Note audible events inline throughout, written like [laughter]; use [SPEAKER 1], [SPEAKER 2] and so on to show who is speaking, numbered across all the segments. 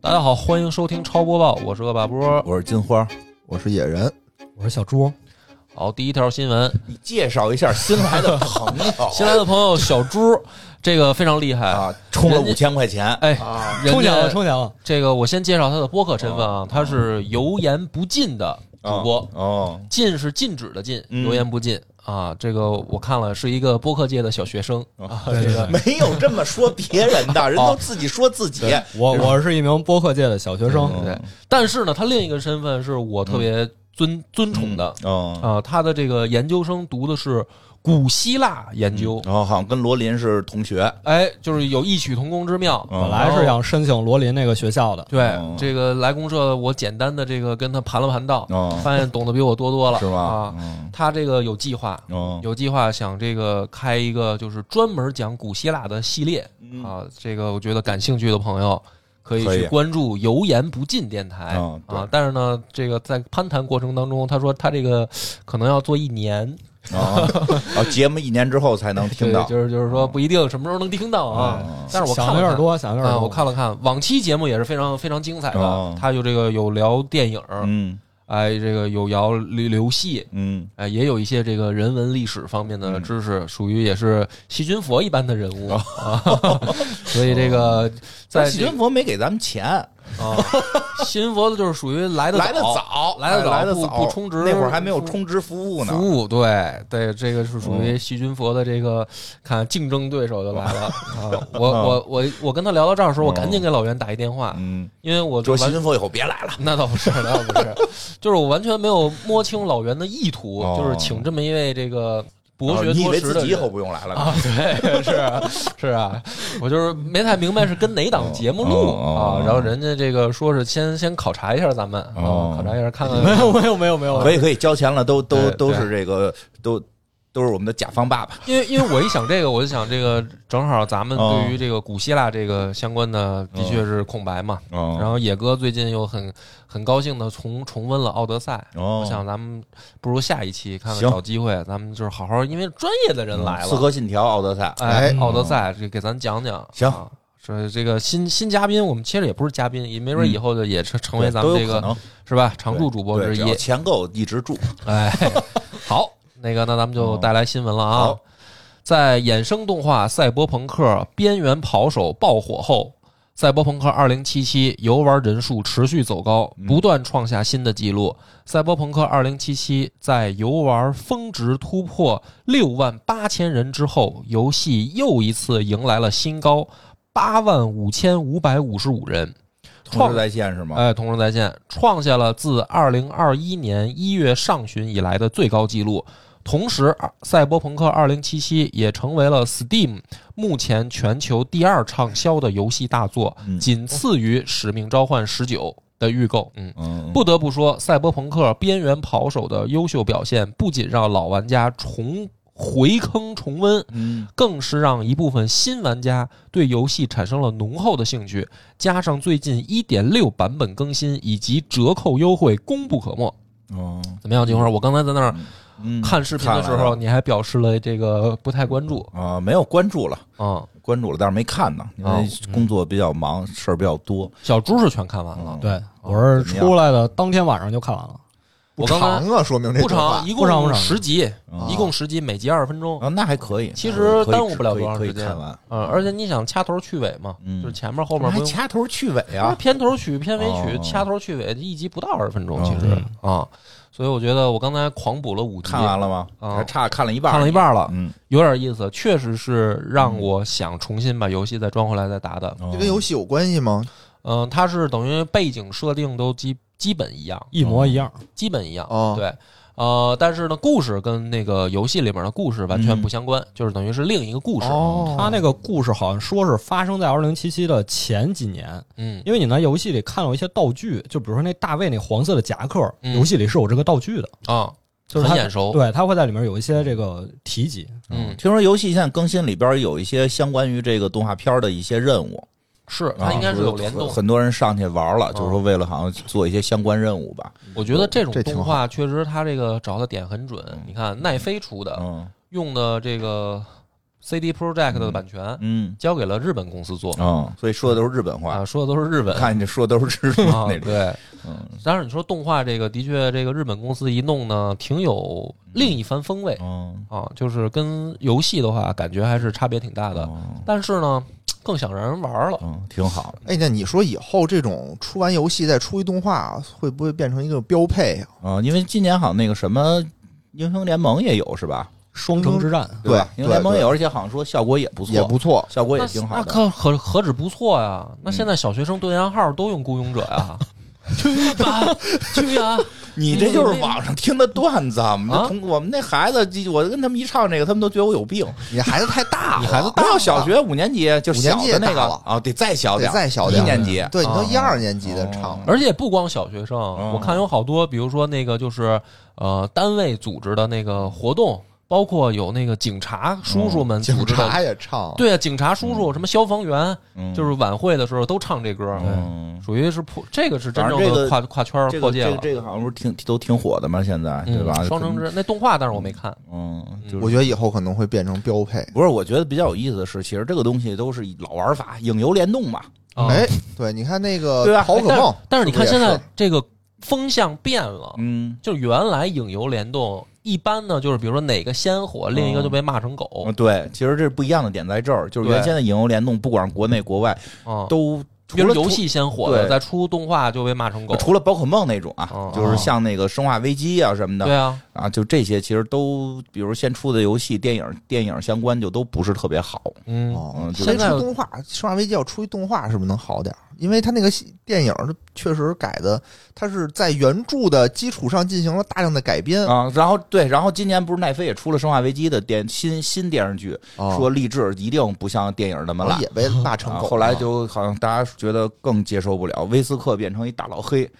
[SPEAKER 1] 大家好，欢迎收听超播报，我是恶霸波。
[SPEAKER 2] 我是金花，
[SPEAKER 3] 我是野人，
[SPEAKER 4] 我是小猪，
[SPEAKER 1] 好，第一条新闻，
[SPEAKER 2] 你介绍一下新来的朋友
[SPEAKER 1] [laughs] 新来的朋友小猪，这个非常厉害。
[SPEAKER 2] 啊，充了
[SPEAKER 1] 人家
[SPEAKER 2] 五千块钱，
[SPEAKER 1] 哎，
[SPEAKER 3] 啊，
[SPEAKER 1] 人
[SPEAKER 4] 抽奖了，
[SPEAKER 1] 家
[SPEAKER 4] 抽奖了！
[SPEAKER 1] 这个我先介绍他的播客身份啊，他是油盐不进的主播，
[SPEAKER 2] 哦，
[SPEAKER 1] 禁是禁止的禁，
[SPEAKER 2] 嗯
[SPEAKER 1] 油盐不进啊。这个我看了，是一个播客界的小学生
[SPEAKER 2] 哦
[SPEAKER 1] 啊，
[SPEAKER 4] 对对对，
[SPEAKER 2] 没有这么说别人的，人
[SPEAKER 1] 哦
[SPEAKER 2] 都自己说自己，
[SPEAKER 4] 我我是一名播客界的小学生，
[SPEAKER 1] 对。但是呢，他另一个身份是我特
[SPEAKER 2] 嗯
[SPEAKER 1] 别尊尊崇的
[SPEAKER 2] 哦，
[SPEAKER 1] 啊，他的这个研究生读的是古希腊研究，
[SPEAKER 2] 然后好像跟罗琳是同学，
[SPEAKER 1] 哎，就是有异曲同工之妙。
[SPEAKER 2] 嗯
[SPEAKER 4] 本来是想申请罗琳那个学校的，
[SPEAKER 1] 对
[SPEAKER 2] 哦，
[SPEAKER 1] 这个来公社，我简单的这个跟他盘了盘道，
[SPEAKER 2] 哦
[SPEAKER 1] 发现懂得比我多多了，
[SPEAKER 2] 是吧
[SPEAKER 1] 啊，？
[SPEAKER 2] 嗯
[SPEAKER 1] 他这个有计划，
[SPEAKER 2] 哦，
[SPEAKER 1] 有计划想这个开一个就是专门讲古希腊的系列
[SPEAKER 2] 嗯
[SPEAKER 1] 啊，这个我觉得感兴趣的朋友可以
[SPEAKER 2] 可以
[SPEAKER 1] 去关注“油盐不进”电台
[SPEAKER 2] 嗯对
[SPEAKER 1] 啊。但是呢，这个在攀谈过程当中，他说他这个可能要做一年，
[SPEAKER 2] 啊，哦节目一年之后才能听到
[SPEAKER 1] 对，就是就是
[SPEAKER 2] 哦
[SPEAKER 1] 说不一定什么时候能听到啊
[SPEAKER 2] 嗯。
[SPEAKER 1] 但是我看
[SPEAKER 4] 想
[SPEAKER 1] 了
[SPEAKER 4] 的有点
[SPEAKER 1] 看
[SPEAKER 4] 多，想的有点
[SPEAKER 1] 啊，
[SPEAKER 4] 多。
[SPEAKER 1] 我看了看往期节目也是非常非常精彩
[SPEAKER 2] 哦
[SPEAKER 1] 的，他有这个有聊电影，
[SPEAKER 2] 嗯
[SPEAKER 1] 哎，这个有聊流流戏，
[SPEAKER 2] 嗯，
[SPEAKER 1] 哎，也有一些这个人文历史方面的知识，属于也是细菌佛一般的人物啊， [laughs] 所以这个在
[SPEAKER 2] 但哦细
[SPEAKER 1] 这
[SPEAKER 2] 菌佛没给咱们钱，
[SPEAKER 1] 啊，细菌佛就是属于来的
[SPEAKER 2] 来的
[SPEAKER 1] 早，
[SPEAKER 2] 早，
[SPEAKER 1] 来得早
[SPEAKER 2] 哎来的
[SPEAKER 1] 不
[SPEAKER 2] 早，
[SPEAKER 1] 不充值
[SPEAKER 2] 那会儿还没有充值服务呢，哦
[SPEAKER 1] 服务对对，这个是属于细菌佛的这个看竞争对手就来
[SPEAKER 2] [laughs]
[SPEAKER 1] 了啊，我
[SPEAKER 2] 哦
[SPEAKER 1] 我我我跟他聊到这儿的时候，我赶紧给老袁打一电话，
[SPEAKER 2] 嗯，
[SPEAKER 1] 因为我
[SPEAKER 2] 说
[SPEAKER 1] 完
[SPEAKER 2] 细菌佛以后别来了。
[SPEAKER 1] [laughs] 那倒不是，那倒不是，就是我完全没有摸清老袁的意图，
[SPEAKER 2] 哦
[SPEAKER 1] 就是请这么一位这个博
[SPEAKER 2] 哦
[SPEAKER 1] 学
[SPEAKER 2] 你以
[SPEAKER 1] 多
[SPEAKER 2] 为
[SPEAKER 1] 识
[SPEAKER 2] 自
[SPEAKER 1] 的
[SPEAKER 2] 己以
[SPEAKER 1] 人。
[SPEAKER 2] 后不用来了呢？
[SPEAKER 1] 啊，对， [laughs] 是啊是啊，我就是没太明白是跟哪档节目录
[SPEAKER 2] 哦哦
[SPEAKER 1] 啊，
[SPEAKER 2] 哦
[SPEAKER 1] 然后人家这个说是先先考察一下咱们
[SPEAKER 2] 哦
[SPEAKER 1] 啊，考察一下看
[SPEAKER 4] 没
[SPEAKER 2] [laughs]
[SPEAKER 1] 看，
[SPEAKER 4] 有 [laughs] 没有没有没有，
[SPEAKER 2] 可以可以，交钱了，都都
[SPEAKER 1] 哦对
[SPEAKER 2] 都
[SPEAKER 1] 对
[SPEAKER 2] 是这个，都都是我们的甲方爸爸。
[SPEAKER 1] [laughs] 因为因为我一想这个，我就想这个正好咱们
[SPEAKER 2] 哦
[SPEAKER 1] 对于这个古希腊这个相关的的
[SPEAKER 2] 嗯
[SPEAKER 1] 确是空白嘛，然
[SPEAKER 2] 哦
[SPEAKER 1] 后野哥最近又很很高兴的重重温了《奥德赛》，我想咱们不如下一期看看
[SPEAKER 2] 嗯行嗯
[SPEAKER 1] 找机会，咱们就是好好，因为专业的人来了，
[SPEAKER 2] 刺客信条》《奥德赛》
[SPEAKER 1] 哎，
[SPEAKER 4] 哎
[SPEAKER 1] 奥德赛这给咱讲讲。
[SPEAKER 2] 行
[SPEAKER 1] 啊，说这个新新嘉宾，我们其实也不是嘉宾，也没准以后就也是成为咱们
[SPEAKER 2] 嗯都
[SPEAKER 1] 这
[SPEAKER 2] 有
[SPEAKER 1] 个
[SPEAKER 2] 可能
[SPEAKER 1] 是吧常驻主播
[SPEAKER 2] 对，
[SPEAKER 1] 之
[SPEAKER 2] 只要
[SPEAKER 1] 一。
[SPEAKER 2] 钱够一直
[SPEAKER 1] [laughs]
[SPEAKER 2] 住。
[SPEAKER 1] 哎，好，那个那咱们就带来新闻了啊。
[SPEAKER 2] 好
[SPEAKER 1] 在衍生动画《赛博朋克：边缘跑手》爆火后，《赛博朋克2077》游玩人数持续走高，
[SPEAKER 2] 嗯
[SPEAKER 1] 不断创下新的纪录。赛博朋克2077》在游玩峰值突破六万八千人之后，游戏又一次迎来了新高，八万五千五百五十五人。
[SPEAKER 2] 同时在线是吗？
[SPEAKER 1] 哎，同时在线创下了自二零二一年一月上旬以来的最高纪录。同时，啊《赛博朋克二零七七》也成为了 Steam 目前全球第二畅销的游戏大作，
[SPEAKER 2] 嗯
[SPEAKER 1] 仅次于《使命召唤十九》的预购。嗯，
[SPEAKER 2] 嗯，
[SPEAKER 1] 不得不说，《赛博朋克：边缘跑手》的优秀表现，不仅让老玩家重回坑重温，
[SPEAKER 2] 嗯，
[SPEAKER 1] 更是让一部分新玩家对游戏产生了浓厚的兴趣，加上最近1.6版本更新以及折扣优惠，功不可没。
[SPEAKER 2] 哦，
[SPEAKER 1] 怎么样，金花？我刚才在那儿
[SPEAKER 2] 嗯，
[SPEAKER 1] 看视频的时
[SPEAKER 2] 看
[SPEAKER 1] 候，
[SPEAKER 2] 了
[SPEAKER 1] 你还表示了这个不太关注
[SPEAKER 2] 啊，没有关注了，
[SPEAKER 1] 啊、
[SPEAKER 2] 关注了，但是没看呢，因
[SPEAKER 1] 哦
[SPEAKER 2] 为工作比较忙，事儿比较多。啊
[SPEAKER 1] 小猪是全看完了，
[SPEAKER 4] 对，我是
[SPEAKER 2] 怎么样
[SPEAKER 4] 出来的当天晚上就看完了。
[SPEAKER 3] 不
[SPEAKER 1] 我刚才
[SPEAKER 3] 长啊，说明
[SPEAKER 2] 嗯
[SPEAKER 3] 这
[SPEAKER 1] 不
[SPEAKER 3] 动画
[SPEAKER 1] 长，一
[SPEAKER 4] 不长不
[SPEAKER 1] 共
[SPEAKER 4] 长
[SPEAKER 1] 十集，
[SPEAKER 2] 哦
[SPEAKER 1] 一共十集，每集二十分钟。
[SPEAKER 2] 啊，那还可以，
[SPEAKER 1] 其
[SPEAKER 2] 可
[SPEAKER 1] 实
[SPEAKER 2] 以可以
[SPEAKER 1] 耽误不了
[SPEAKER 2] 可以
[SPEAKER 1] 多长时
[SPEAKER 2] 可以
[SPEAKER 1] 间，
[SPEAKER 2] 看完。
[SPEAKER 1] 嗯，而且你想掐头去尾嘛，
[SPEAKER 2] 嗯
[SPEAKER 1] 就是前面后面
[SPEAKER 2] 还
[SPEAKER 1] 不用嗯
[SPEAKER 2] 掐头去尾
[SPEAKER 1] 不是
[SPEAKER 2] 啊？
[SPEAKER 1] 片头曲、片尾曲、
[SPEAKER 2] 哦
[SPEAKER 1] 掐头去尾，一集不到二十分钟，
[SPEAKER 2] 哦
[SPEAKER 1] 其实啊，所以我觉得我刚才狂补了五集，
[SPEAKER 2] 看完了吗？
[SPEAKER 1] 啊
[SPEAKER 2] 还差看了一半，
[SPEAKER 1] 看了一。半了，
[SPEAKER 2] 嗯，
[SPEAKER 1] 有点意思，确实是让我想重新把游戏再装回来再打的。
[SPEAKER 2] 哦
[SPEAKER 3] 这跟游戏有关系吗？
[SPEAKER 1] 嗯，它是等于背景设定都基基本一样，
[SPEAKER 4] 一模一样，
[SPEAKER 1] 基本一样，
[SPEAKER 3] 哦
[SPEAKER 1] 对。呃，但是呢，故事跟那个游戏里面的故事完全不相
[SPEAKER 2] 嗯
[SPEAKER 1] 关，就是等于是另一个故事。
[SPEAKER 3] 哦
[SPEAKER 4] 他那个故事好像说是发生在二零七七的前几年，
[SPEAKER 1] 嗯，
[SPEAKER 4] 因为你在游戏里看到一些道具，就比如说那大卫那黄色的夹克，
[SPEAKER 1] 嗯
[SPEAKER 4] 游戏里是有这个道具的，
[SPEAKER 2] 哦
[SPEAKER 1] 啊，
[SPEAKER 4] 就是
[SPEAKER 1] 很
[SPEAKER 4] 他
[SPEAKER 1] 眼熟。，
[SPEAKER 4] 对，他会在里面有一些这个提及。
[SPEAKER 1] 嗯，
[SPEAKER 2] 哦听说游戏现在更新里边有一些相关于这个动画片的一些任务，
[SPEAKER 1] 是，
[SPEAKER 2] 啊
[SPEAKER 1] 它应该是有联动嗯
[SPEAKER 2] 很。很多人上去玩了，就是说为了好像做一些相关任务吧。
[SPEAKER 1] 我觉得这种
[SPEAKER 3] 这挺
[SPEAKER 1] 动画确实它这个找的点很准。你看奈飞出的，
[SPEAKER 2] 嗯，
[SPEAKER 1] 用的这个 CD Projekt 的版权
[SPEAKER 2] 嗯，
[SPEAKER 1] 交给了日本公司做
[SPEAKER 2] 哦，所以说的都是日本话，
[SPEAKER 1] 嗯啊，说的都是日本。
[SPEAKER 2] 看你说的都是日本
[SPEAKER 1] 啊，
[SPEAKER 2] 那种，
[SPEAKER 1] 对，
[SPEAKER 2] 嗯
[SPEAKER 1] 当然你说动画这个的确，这个日本公司一弄呢，挺有另一番风味
[SPEAKER 2] 嗯，
[SPEAKER 1] 啊，就是跟游戏的话，感觉还是差别挺大的。
[SPEAKER 2] 哦
[SPEAKER 1] 但是呢，更想让人玩了。
[SPEAKER 2] 嗯，挺好的，
[SPEAKER 3] 哎，那你说以后这种出完游戏再出一动画，会不会变成一个标配啊？
[SPEAKER 2] 啊，因为今年好像那个什么英雄联盟也有是吧？
[SPEAKER 4] 双城之战，
[SPEAKER 2] 对吧，英
[SPEAKER 3] 对
[SPEAKER 2] 雄联盟
[SPEAKER 3] 对
[SPEAKER 2] 有，而且好像说效果也不错，
[SPEAKER 3] 也不错。
[SPEAKER 2] 效果也
[SPEAKER 1] 那
[SPEAKER 2] 挺好
[SPEAKER 1] 那
[SPEAKER 2] 的。
[SPEAKER 1] 可可何止不错呀！那
[SPEAKER 2] 嗯
[SPEAKER 1] 现在小学生对暗号都用雇佣者
[SPEAKER 2] [laughs]
[SPEAKER 1] 呀，去吧，去呀！
[SPEAKER 2] 嗯你这就是网上听的段子啊，我们
[SPEAKER 1] 啊
[SPEAKER 2] 这同我们那孩子，我跟他们一唱这个，他们都觉得我有病。
[SPEAKER 3] 你孩子太
[SPEAKER 1] 啊
[SPEAKER 3] 大了，
[SPEAKER 2] 你孩子到小学五年级就是小的那
[SPEAKER 3] 五年级也
[SPEAKER 2] 个
[SPEAKER 3] 大了
[SPEAKER 2] 啊，得再小点
[SPEAKER 3] 得
[SPEAKER 2] 儿，
[SPEAKER 3] 再小
[SPEAKER 2] 一
[SPEAKER 3] 点儿
[SPEAKER 2] 年级。
[SPEAKER 3] 对你都
[SPEAKER 1] 啊
[SPEAKER 3] 一二年级的唱了，
[SPEAKER 1] 而且不光小学生，
[SPEAKER 2] 嗯
[SPEAKER 1] 我看有好多，比如说那个就是呃单位组织的那个活动，包括有那个警察叔叔们组
[SPEAKER 3] 警
[SPEAKER 1] 织的，
[SPEAKER 3] 察也唱，
[SPEAKER 1] 对啊，警察叔叔、什么消防员，
[SPEAKER 2] 嗯
[SPEAKER 1] 就是晚会的时候都唱这歌，
[SPEAKER 2] 嗯，
[SPEAKER 1] 属于是破，这个是真正
[SPEAKER 2] 反正这
[SPEAKER 1] 的
[SPEAKER 2] 个
[SPEAKER 1] 跨跨圈儿
[SPEAKER 2] 这
[SPEAKER 1] 跨
[SPEAKER 2] 个
[SPEAKER 1] 界
[SPEAKER 2] 这个
[SPEAKER 1] 了，
[SPEAKER 2] 这个好像不是挺都挺火的嘛，现在对吧？
[SPEAKER 1] 嗯，双城之那动画，但是我没看，
[SPEAKER 2] 嗯，就是
[SPEAKER 3] 我觉得以后可能会变成标配。
[SPEAKER 2] 不是，我觉得比较有意思的是，其实这个东西都是老玩法，影游联动嘛。
[SPEAKER 1] 啊
[SPEAKER 3] 哎，对，你看那
[SPEAKER 2] 对
[SPEAKER 3] 个
[SPEAKER 2] 啊
[SPEAKER 3] 宝可梦，
[SPEAKER 1] 但是你看
[SPEAKER 3] 是不
[SPEAKER 1] 现
[SPEAKER 3] 是也
[SPEAKER 1] 在
[SPEAKER 3] 是
[SPEAKER 1] 这个风向变了，
[SPEAKER 2] 嗯，
[SPEAKER 1] 就是原来影游联动，一般呢就是比如说哪个先火，另一
[SPEAKER 2] 嗯
[SPEAKER 1] 个就被骂成狗
[SPEAKER 2] 对，其实这不一样的点在这儿，就是
[SPEAKER 1] 哦对
[SPEAKER 2] 原先的影游联动，不管是国内国外，
[SPEAKER 1] 啊。
[SPEAKER 2] 都
[SPEAKER 1] 比
[SPEAKER 2] 除
[SPEAKER 1] 如
[SPEAKER 2] 了
[SPEAKER 1] 游戏先火的，
[SPEAKER 2] 对
[SPEAKER 1] 再出动画就被骂成狗
[SPEAKER 2] 除。除了宝可梦那种啊
[SPEAKER 1] 哦，
[SPEAKER 2] 就是像那个《生化危机》啊什么的
[SPEAKER 1] 对啊，
[SPEAKER 2] 啊，就这些其实都，比如先出的游戏、电影、电影相关就都不是特别好。
[SPEAKER 1] 嗯，
[SPEAKER 3] 哦
[SPEAKER 2] 嗯，
[SPEAKER 1] 就是
[SPEAKER 3] 先
[SPEAKER 1] 现在
[SPEAKER 3] 出动画，《生化危机》要出一动画，是不是能好点儿？因为它那个戏电影儿确实改的，它是在原著的基础上进行了大量的改
[SPEAKER 1] 嗯
[SPEAKER 3] 编。
[SPEAKER 2] 啊，然后对，然后今年不是奈飞也出了《生化危机》的电新新电视剧，
[SPEAKER 3] 啊
[SPEAKER 2] 说励志一定不像电影那么
[SPEAKER 3] 然
[SPEAKER 2] 烂。
[SPEAKER 3] 后也
[SPEAKER 2] [laughs]
[SPEAKER 3] 被骂成
[SPEAKER 2] 啊
[SPEAKER 3] 狗了。
[SPEAKER 2] 后来就好像大家觉得更接受不了，威斯克变成一大老黑，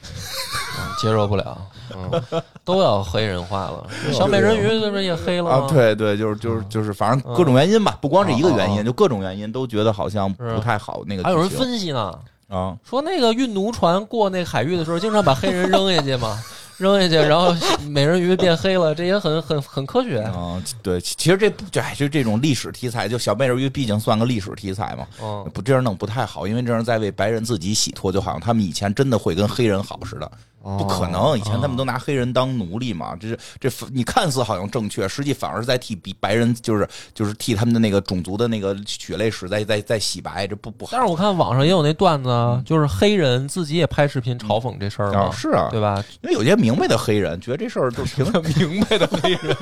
[SPEAKER 1] 接受不
[SPEAKER 2] [laughs]
[SPEAKER 1] 了，嗯，都要黑人化了。小美人鱼这不是也黑了
[SPEAKER 2] 啊
[SPEAKER 1] 吗？，，
[SPEAKER 2] 对对，就是就是就是，反正各种原因吧，不光是一个原因，就各种原因都觉得好像
[SPEAKER 1] 是
[SPEAKER 2] 不太好那个剧情。
[SPEAKER 1] 还有人分析呢，
[SPEAKER 2] 啊，
[SPEAKER 1] 说那个运奴船过那海域的时候，经常把黑人扔下去
[SPEAKER 2] [laughs]
[SPEAKER 1] 嘛，扔下去，然后美人鱼变黑了，这也很很很科学。
[SPEAKER 2] 啊，对，其其实这不，哎，就这种历史题材，就小美人鱼毕竟算个历史题材嘛，
[SPEAKER 1] 嗯，
[SPEAKER 2] 不这样弄不太好，因为这样在为白人自己洗脱，就好像他们以前真的会跟黑人好似的，不可能，以前他们都拿黑人当奴隶嘛，这是这你看似好像正确，实际反而是在替比白人，就是就是替他们的那个种族的那个血泪史在在在洗白，这不不好
[SPEAKER 1] 但是我看网上也有那段子啊，
[SPEAKER 2] 嗯
[SPEAKER 1] 就是黑人自己也拍视频嘲讽这事儿
[SPEAKER 2] 啊，
[SPEAKER 1] 嘛，
[SPEAKER 2] 是啊，
[SPEAKER 1] 对吧？
[SPEAKER 2] 因为有些明白的黑人觉得这事儿就 [laughs] 挺
[SPEAKER 1] 明白的黑
[SPEAKER 2] [laughs]
[SPEAKER 1] 人，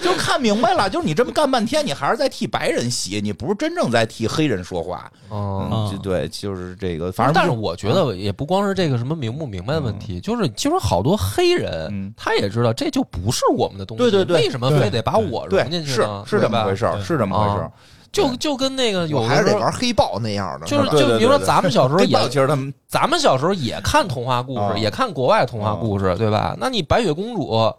[SPEAKER 2] 就看明白了，就是你这么干半天，你还是在替白人洗，你不是真正在替黑人说话。
[SPEAKER 1] 嗯。
[SPEAKER 2] 嗯，
[SPEAKER 4] 啊
[SPEAKER 2] 就对，就是这个，反正
[SPEAKER 1] 但是我觉得也不光是这个什么明不明白的问题，就是就是好多黑人
[SPEAKER 2] 嗯
[SPEAKER 1] 他也知道这就不是我们的东西，
[SPEAKER 2] 对对对
[SPEAKER 1] 为什么非得把我
[SPEAKER 2] 对
[SPEAKER 1] 融进去
[SPEAKER 2] 是
[SPEAKER 1] 呢？
[SPEAKER 2] 是这么回事儿，
[SPEAKER 4] 对
[SPEAKER 2] 是这么回事儿
[SPEAKER 1] 啊。对吧，就就跟那个有
[SPEAKER 3] 我
[SPEAKER 1] 的
[SPEAKER 3] 还是
[SPEAKER 1] 时
[SPEAKER 3] 得
[SPEAKER 1] 候
[SPEAKER 3] 玩黑豹那样的，
[SPEAKER 1] 就是
[SPEAKER 3] 吧
[SPEAKER 2] 对对
[SPEAKER 1] 就
[SPEAKER 2] 对
[SPEAKER 1] 比如说
[SPEAKER 2] 对
[SPEAKER 1] 咱们小时候
[SPEAKER 2] 黑
[SPEAKER 1] 也
[SPEAKER 2] 豹其实他们
[SPEAKER 1] 咱们小时候也看童话故
[SPEAKER 2] 啊
[SPEAKER 1] 事，也看国外童话故事，对吧？那你白雪公主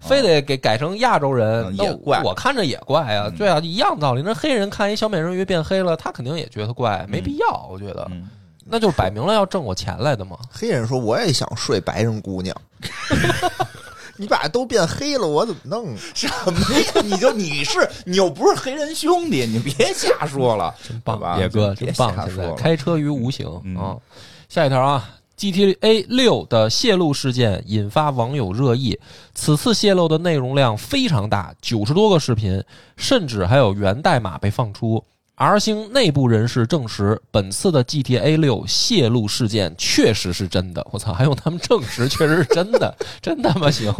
[SPEAKER 1] 非得给改成亚洲人
[SPEAKER 2] 嗯，
[SPEAKER 1] 那
[SPEAKER 2] 也怪
[SPEAKER 1] 我看着也怪啊
[SPEAKER 2] 嗯，
[SPEAKER 1] 对啊，一样道理。那黑人看一小美人鱼变黑了，他肯定也觉得怪，没必要，我觉得，
[SPEAKER 2] 嗯
[SPEAKER 1] 那就是摆明了要挣我钱来的嘛。
[SPEAKER 3] 黑人说我也想睡白人姑娘， [laughs] 你把都变黑了，我怎么弄啊？
[SPEAKER 2] [laughs] 什么呀？你就你是你又不是黑人兄弟，你别瞎说了，
[SPEAKER 1] 真
[SPEAKER 2] 好吧
[SPEAKER 1] 棒，野哥真
[SPEAKER 2] 就别
[SPEAKER 1] 棒！
[SPEAKER 2] 瞎
[SPEAKER 1] 现
[SPEAKER 2] 说
[SPEAKER 1] 在
[SPEAKER 2] 了
[SPEAKER 1] 开车于无形
[SPEAKER 2] 嗯
[SPEAKER 1] 啊。下一条啊，GTA 六的泄露事件引发网友热议，此次泄露的内容量非常大，九十多个视频，甚至还有源代码被放出。R 星内部人士证实，本次的 GTA 六泄露事件确实是真的。我操，还用他们证实确实是真的，真他妈行！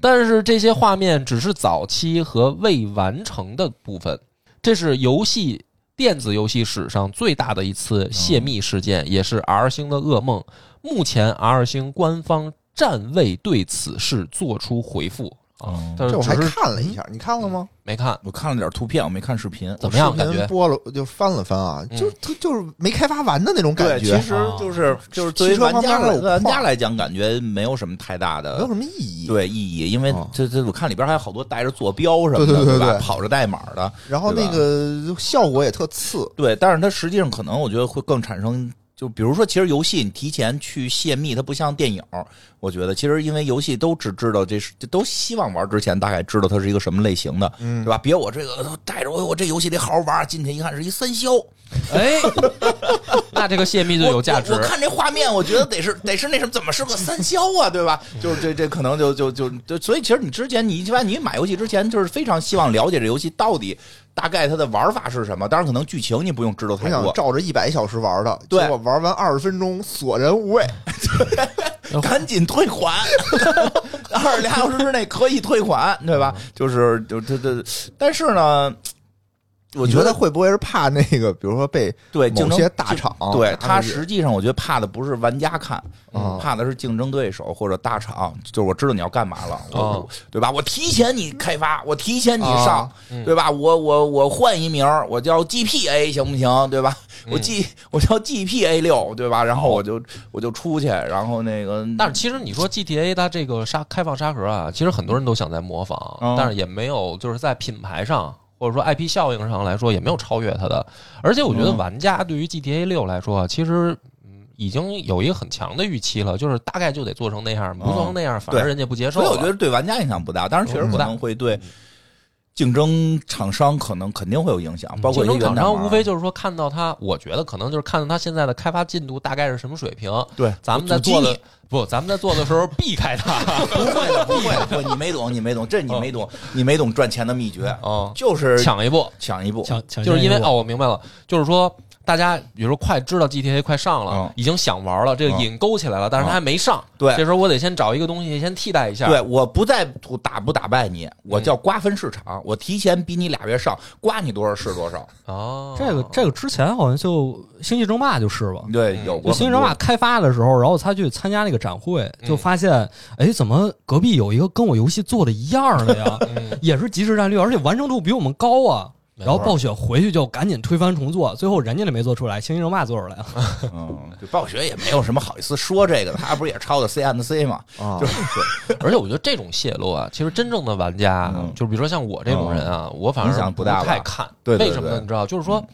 [SPEAKER 1] 但是这些画面只是早期和未完成的部分，这是游戏电子游戏史上最大的一次泄密事件，也是 R 星的噩梦。目前 R 星官方暂未对此事做出回复啊
[SPEAKER 2] 嗯，
[SPEAKER 1] 但是
[SPEAKER 3] 这我还
[SPEAKER 1] 只是
[SPEAKER 3] 看了一下，你看了吗？
[SPEAKER 1] 没看，
[SPEAKER 2] 我看了点图片，我没看视频。
[SPEAKER 1] 怎么样？感
[SPEAKER 3] 视频
[SPEAKER 1] 觉
[SPEAKER 3] 播了就翻了翻啊，
[SPEAKER 1] 嗯
[SPEAKER 3] 就就就是没开发完的那种感
[SPEAKER 2] 对，
[SPEAKER 3] 觉
[SPEAKER 2] 其，实就是就是对于
[SPEAKER 3] 汽车
[SPEAKER 2] 玩
[SPEAKER 3] 旁边
[SPEAKER 2] 家来
[SPEAKER 3] 有
[SPEAKER 2] 玩家
[SPEAKER 3] 矿
[SPEAKER 2] 来讲，感觉没有什么太大
[SPEAKER 3] 没有
[SPEAKER 2] 的
[SPEAKER 3] 什么意义。
[SPEAKER 2] 对意义，因为
[SPEAKER 3] 哦
[SPEAKER 2] 这这我看里边还有好多带着坐标什么
[SPEAKER 3] 对
[SPEAKER 2] 的，
[SPEAKER 3] 对对
[SPEAKER 2] 吧？
[SPEAKER 3] 对
[SPEAKER 2] 跑着代码的，
[SPEAKER 3] 然后那个效果也特次，
[SPEAKER 2] 对，但是它实际上可能我觉得会更产生就比如说，其实游戏你提前去泄密，它不像电影儿。我觉得其实因为游戏都只知道这是，就都希望玩之前大概知道它是一个什么类型的，
[SPEAKER 3] 嗯
[SPEAKER 2] 对吧？别我这个带着我我这游戏得好好玩，进去一看是一三消，
[SPEAKER 1] 哎， [laughs] 那这个泄密就有价值
[SPEAKER 2] 我我。我看这画面，我觉得得是得是那什么，怎么是个三消啊，对吧？就是这这可能就就就就，所以其实你之前你一般你买游戏之前，就是非常希望了解这游戏到底大概它的玩法是什么。当然，可能剧情你不用知道
[SPEAKER 3] 我
[SPEAKER 2] 太
[SPEAKER 3] 想
[SPEAKER 2] 多，
[SPEAKER 3] 照着一百小时玩的，
[SPEAKER 2] 对
[SPEAKER 3] 结果玩完二十分钟索然无味。
[SPEAKER 2] [laughs] 赶紧退
[SPEAKER 3] [laughs]
[SPEAKER 2] 款，二十俩小时之内可以退款，对吧？
[SPEAKER 3] 嗯
[SPEAKER 2] 就是就这这，但是呢，我
[SPEAKER 3] 你
[SPEAKER 2] 觉
[SPEAKER 3] 觉得
[SPEAKER 2] 得
[SPEAKER 3] 会不会是怕那个，比如说被
[SPEAKER 2] 对竞
[SPEAKER 3] 某
[SPEAKER 2] 争
[SPEAKER 3] 些大厂啊
[SPEAKER 2] 对
[SPEAKER 3] 拿
[SPEAKER 2] 他
[SPEAKER 3] 出去
[SPEAKER 2] 实际上，我觉得怕的不是玩家看，
[SPEAKER 3] 哦
[SPEAKER 2] 怕的是竞争对手或者大厂。就是我知道你要干嘛了，我、
[SPEAKER 1] 哦
[SPEAKER 2] 对吧？我提前你开发，我提前你上，
[SPEAKER 3] 啊
[SPEAKER 1] 嗯
[SPEAKER 2] 对吧？我我我换一名儿，我叫 GPA 行不行？对吧？
[SPEAKER 3] 嗯
[SPEAKER 2] 我 G、我叫 GPA 六，对吧？然
[SPEAKER 3] 哦
[SPEAKER 2] 后我就我就出去，然后那个
[SPEAKER 1] 但是其实你说 GTA 它这个沙开放沙盒啊，其实很多人都想在模仿，
[SPEAKER 2] 嗯
[SPEAKER 1] 但是也没有就是在品牌上或者说 IP 效应上来说也没有超越它的。而且我觉得
[SPEAKER 2] 嗯
[SPEAKER 1] 玩家对于 GTA 六来说啊，其实嗯已经有一个很强的预期了，就是大概就得做成那样，不做成那样反而
[SPEAKER 2] 哦对
[SPEAKER 1] 人家不接受
[SPEAKER 2] 所以
[SPEAKER 1] 了。
[SPEAKER 2] 我觉得对玩家影响不大，当然确实
[SPEAKER 1] 嗯
[SPEAKER 2] 可
[SPEAKER 1] 不大
[SPEAKER 2] 能会对竞争厂商可能肯定会有影响，包括
[SPEAKER 1] 嗯竞
[SPEAKER 2] 一些
[SPEAKER 1] 争厂
[SPEAKER 2] 原厂
[SPEAKER 1] 商
[SPEAKER 2] 啊
[SPEAKER 1] 无非就是说看到它，我觉得可能就是看到它现在的开发进度大概是什么水平，
[SPEAKER 2] 对
[SPEAKER 1] 咱们在
[SPEAKER 2] 我阻击
[SPEAKER 1] 做的
[SPEAKER 2] 你
[SPEAKER 1] 不，咱们在做的时候避开它。
[SPEAKER 2] [laughs] 不会的，不会的，不会，你没
[SPEAKER 1] [laughs]
[SPEAKER 2] 懂，你没懂，这你没懂，你没懂赚钱的秘诀，
[SPEAKER 1] 哦，
[SPEAKER 2] 就是
[SPEAKER 1] 抢一步，
[SPEAKER 2] 抢一步，
[SPEAKER 4] 抢抢
[SPEAKER 1] 就是因为
[SPEAKER 4] 先一步
[SPEAKER 1] 哦，我明白了，就是说大家比如说快知道 GTA 快上了，
[SPEAKER 2] 嗯
[SPEAKER 1] 已经想玩了，这个
[SPEAKER 2] 嗯
[SPEAKER 1] 瘾勾起来了，但是它
[SPEAKER 2] 嗯
[SPEAKER 1] 还没上，
[SPEAKER 2] 对
[SPEAKER 1] 这时候我得先找一个东西先替代一下，
[SPEAKER 2] 对，我不在乎打不打败你，我
[SPEAKER 1] 嗯
[SPEAKER 2] 叫瓜分市场，我提前比你俩月上，瓜你多少是多少。
[SPEAKER 1] 哦，
[SPEAKER 4] 这个这个之前好像就《星际争霸》就是吧，
[SPEAKER 2] 对，
[SPEAKER 1] 嗯
[SPEAKER 2] 有过很多。
[SPEAKER 4] 就《星际争霸》开发的时候，然后他去参加那个展会，
[SPEAKER 1] 嗯
[SPEAKER 4] 就发现，哎，怎么隔壁有一个跟我游戏做的一样的呀？
[SPEAKER 1] 嗯
[SPEAKER 4] [laughs] 也是即时战略，而且完成度比我们高啊。
[SPEAKER 1] 没
[SPEAKER 4] 然
[SPEAKER 1] 错
[SPEAKER 4] 后暴雪回去就赶紧推翻重做，最后人家那没做出来，《星际争霸》做出来了。
[SPEAKER 2] 嗯，就暴雪也没有什么好意思说这个的，他不是也抄的 C N C 吗？
[SPEAKER 3] 啊
[SPEAKER 2] 就，
[SPEAKER 1] 而且我觉得这种泄露啊，其实真正的玩家，
[SPEAKER 2] 嗯
[SPEAKER 1] 就比如说像我这种人啊，我反而
[SPEAKER 2] 影响
[SPEAKER 1] 不
[SPEAKER 2] 不大吧
[SPEAKER 1] 太看。
[SPEAKER 2] 对对对嗯
[SPEAKER 1] 为什么呢？你知道，就是说、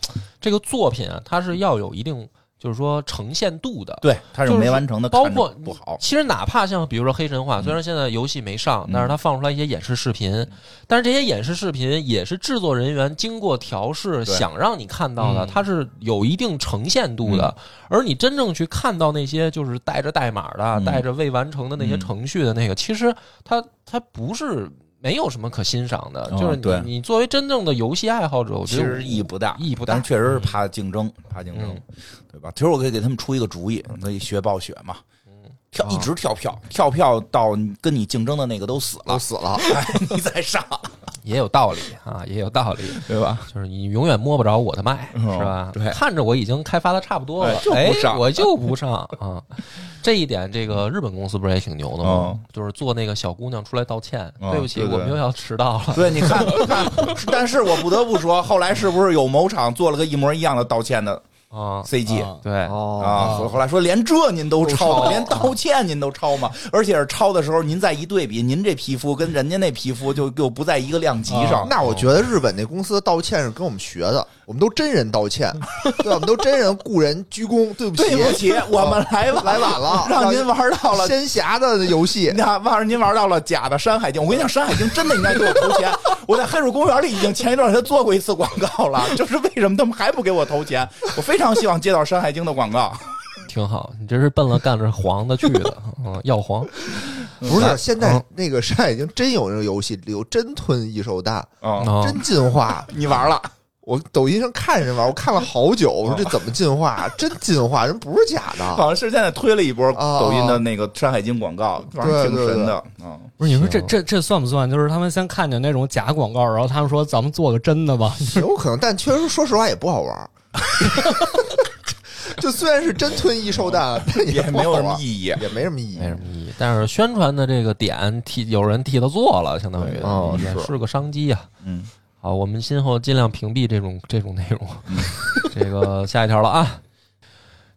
[SPEAKER 1] 这个作品啊，它是要有一定，就是说呈现度的。
[SPEAKER 2] 对，他是
[SPEAKER 1] 就是
[SPEAKER 2] 没完成的，
[SPEAKER 1] 包
[SPEAKER 2] 看着
[SPEAKER 1] 括
[SPEAKER 2] 不好。
[SPEAKER 1] 其实哪怕像比如说《黑神话》，虽然现在游戏没上，
[SPEAKER 2] 嗯
[SPEAKER 1] 但是它放出来一些演示视频，但是这些演示视频也是制作人员经过调试，
[SPEAKER 2] 对
[SPEAKER 1] 想让你看到的，
[SPEAKER 4] 嗯
[SPEAKER 1] 它是有一定呈现度
[SPEAKER 2] 嗯
[SPEAKER 1] 的。而你真正去看到那些就是带着代码的、
[SPEAKER 2] 嗯
[SPEAKER 1] 带着未完成的那些程序的那个，其实它它不是没有什么可欣赏的，
[SPEAKER 2] 嗯
[SPEAKER 1] 就是
[SPEAKER 2] 对
[SPEAKER 1] 你你作为真正的游戏爱好者，我
[SPEAKER 2] 其
[SPEAKER 1] 觉得
[SPEAKER 2] 实意义不大，
[SPEAKER 1] 意义不大
[SPEAKER 2] 但是确实是怕竞争，怕竞争
[SPEAKER 1] 嗯，
[SPEAKER 2] 对吧？其实我可以给他们出一个主意，可以学暴雪嘛，跳一直跳票，跳票到你跟你竞争的那个都死
[SPEAKER 3] 都
[SPEAKER 2] 了，
[SPEAKER 3] 死了。
[SPEAKER 2] 哎 [laughs] 你再上，
[SPEAKER 1] 也有道理啊，也有道理。
[SPEAKER 2] 对吧？
[SPEAKER 1] 就是你永远摸不着我的脉，
[SPEAKER 2] 嗯
[SPEAKER 1] 是吧？
[SPEAKER 2] 对
[SPEAKER 1] 看着我已经开发的差不多了
[SPEAKER 2] 哎，就
[SPEAKER 1] 哎
[SPEAKER 2] 不上
[SPEAKER 1] 我就不上啊。这一点，这个日本公司不是也挺牛的吗
[SPEAKER 2] 嗯？
[SPEAKER 1] 就是做那个小姑娘出来道歉，
[SPEAKER 2] 嗯
[SPEAKER 1] 对不起，
[SPEAKER 2] 对对
[SPEAKER 1] 我们又要迟到了。
[SPEAKER 2] 对，你看，看，但是我不得不说，后来是不是有某厂做了个一模一样的道歉的
[SPEAKER 1] 啊，
[SPEAKER 2] CG？
[SPEAKER 4] 啊
[SPEAKER 1] 对，
[SPEAKER 3] 哦，
[SPEAKER 2] 啊，所以后来说连这您都抄
[SPEAKER 3] 都抄
[SPEAKER 2] 吗？连道歉您都抄吗？而且是抄的时候，您再一对比，您这皮肤跟人家那皮肤就又不在一个量级上。
[SPEAKER 3] 啊那我觉得日本那公司道歉是跟我们学的，我们都真人道
[SPEAKER 2] [laughs]
[SPEAKER 3] 歉，对，我们都真人雇人鞠躬，对不起，
[SPEAKER 2] 对不起，我们来晚
[SPEAKER 3] 哦来晚了，
[SPEAKER 2] 让您玩到了。
[SPEAKER 3] 仙侠的游戏。
[SPEAKER 2] 那让您玩到了假的《山海经》，我跟你讲，《山海经》真的应该给我投钱。我在黑水公园里已经前一段给他做过一次广告了，就是为什么他们还不给我投钱？我非常希望接到《山海经》的广告。
[SPEAKER 1] 挺好。你这是奔了干着黄的去的，嗯，药黄。
[SPEAKER 3] 不是，现在
[SPEAKER 1] 嗯
[SPEAKER 3] 那个山海经真有那个游戏，里有真吞异兽蛋，
[SPEAKER 2] 哦，
[SPEAKER 1] 啊
[SPEAKER 3] 真进化。
[SPEAKER 2] [laughs] 你玩了？嗯
[SPEAKER 3] 我抖音上看人玩，我看了好久，我说这怎么进化？真进化，人不是假的。
[SPEAKER 2] 好像是现在推了一波
[SPEAKER 3] 啊
[SPEAKER 2] 抖音的那个《山海经》广告，反正挺神的。嗯，
[SPEAKER 4] [laughs] 不是你说这
[SPEAKER 1] 行
[SPEAKER 4] 这这算不算？就是他们先看见那种假广告，然后他们说咱们做个真的吧。
[SPEAKER 2] 嗯
[SPEAKER 3] 有可能，但确实说实话也不
[SPEAKER 2] [laughs]
[SPEAKER 3] 好玩。就虽然是真吞异兽蛋，但
[SPEAKER 2] 也没有什么
[SPEAKER 3] 义，
[SPEAKER 2] 意义。啊
[SPEAKER 3] 也没什么意义
[SPEAKER 1] 没。什么意义，但是宣传的这个点替有人替他做了，相当于
[SPEAKER 2] 对
[SPEAKER 3] 哦
[SPEAKER 1] 也
[SPEAKER 3] 是
[SPEAKER 1] 是个商机啊。
[SPEAKER 2] 嗯， [laughs]
[SPEAKER 1] 好，我们今后尽量屏蔽这种这种内容。 [laughs] 这个下一条了啊。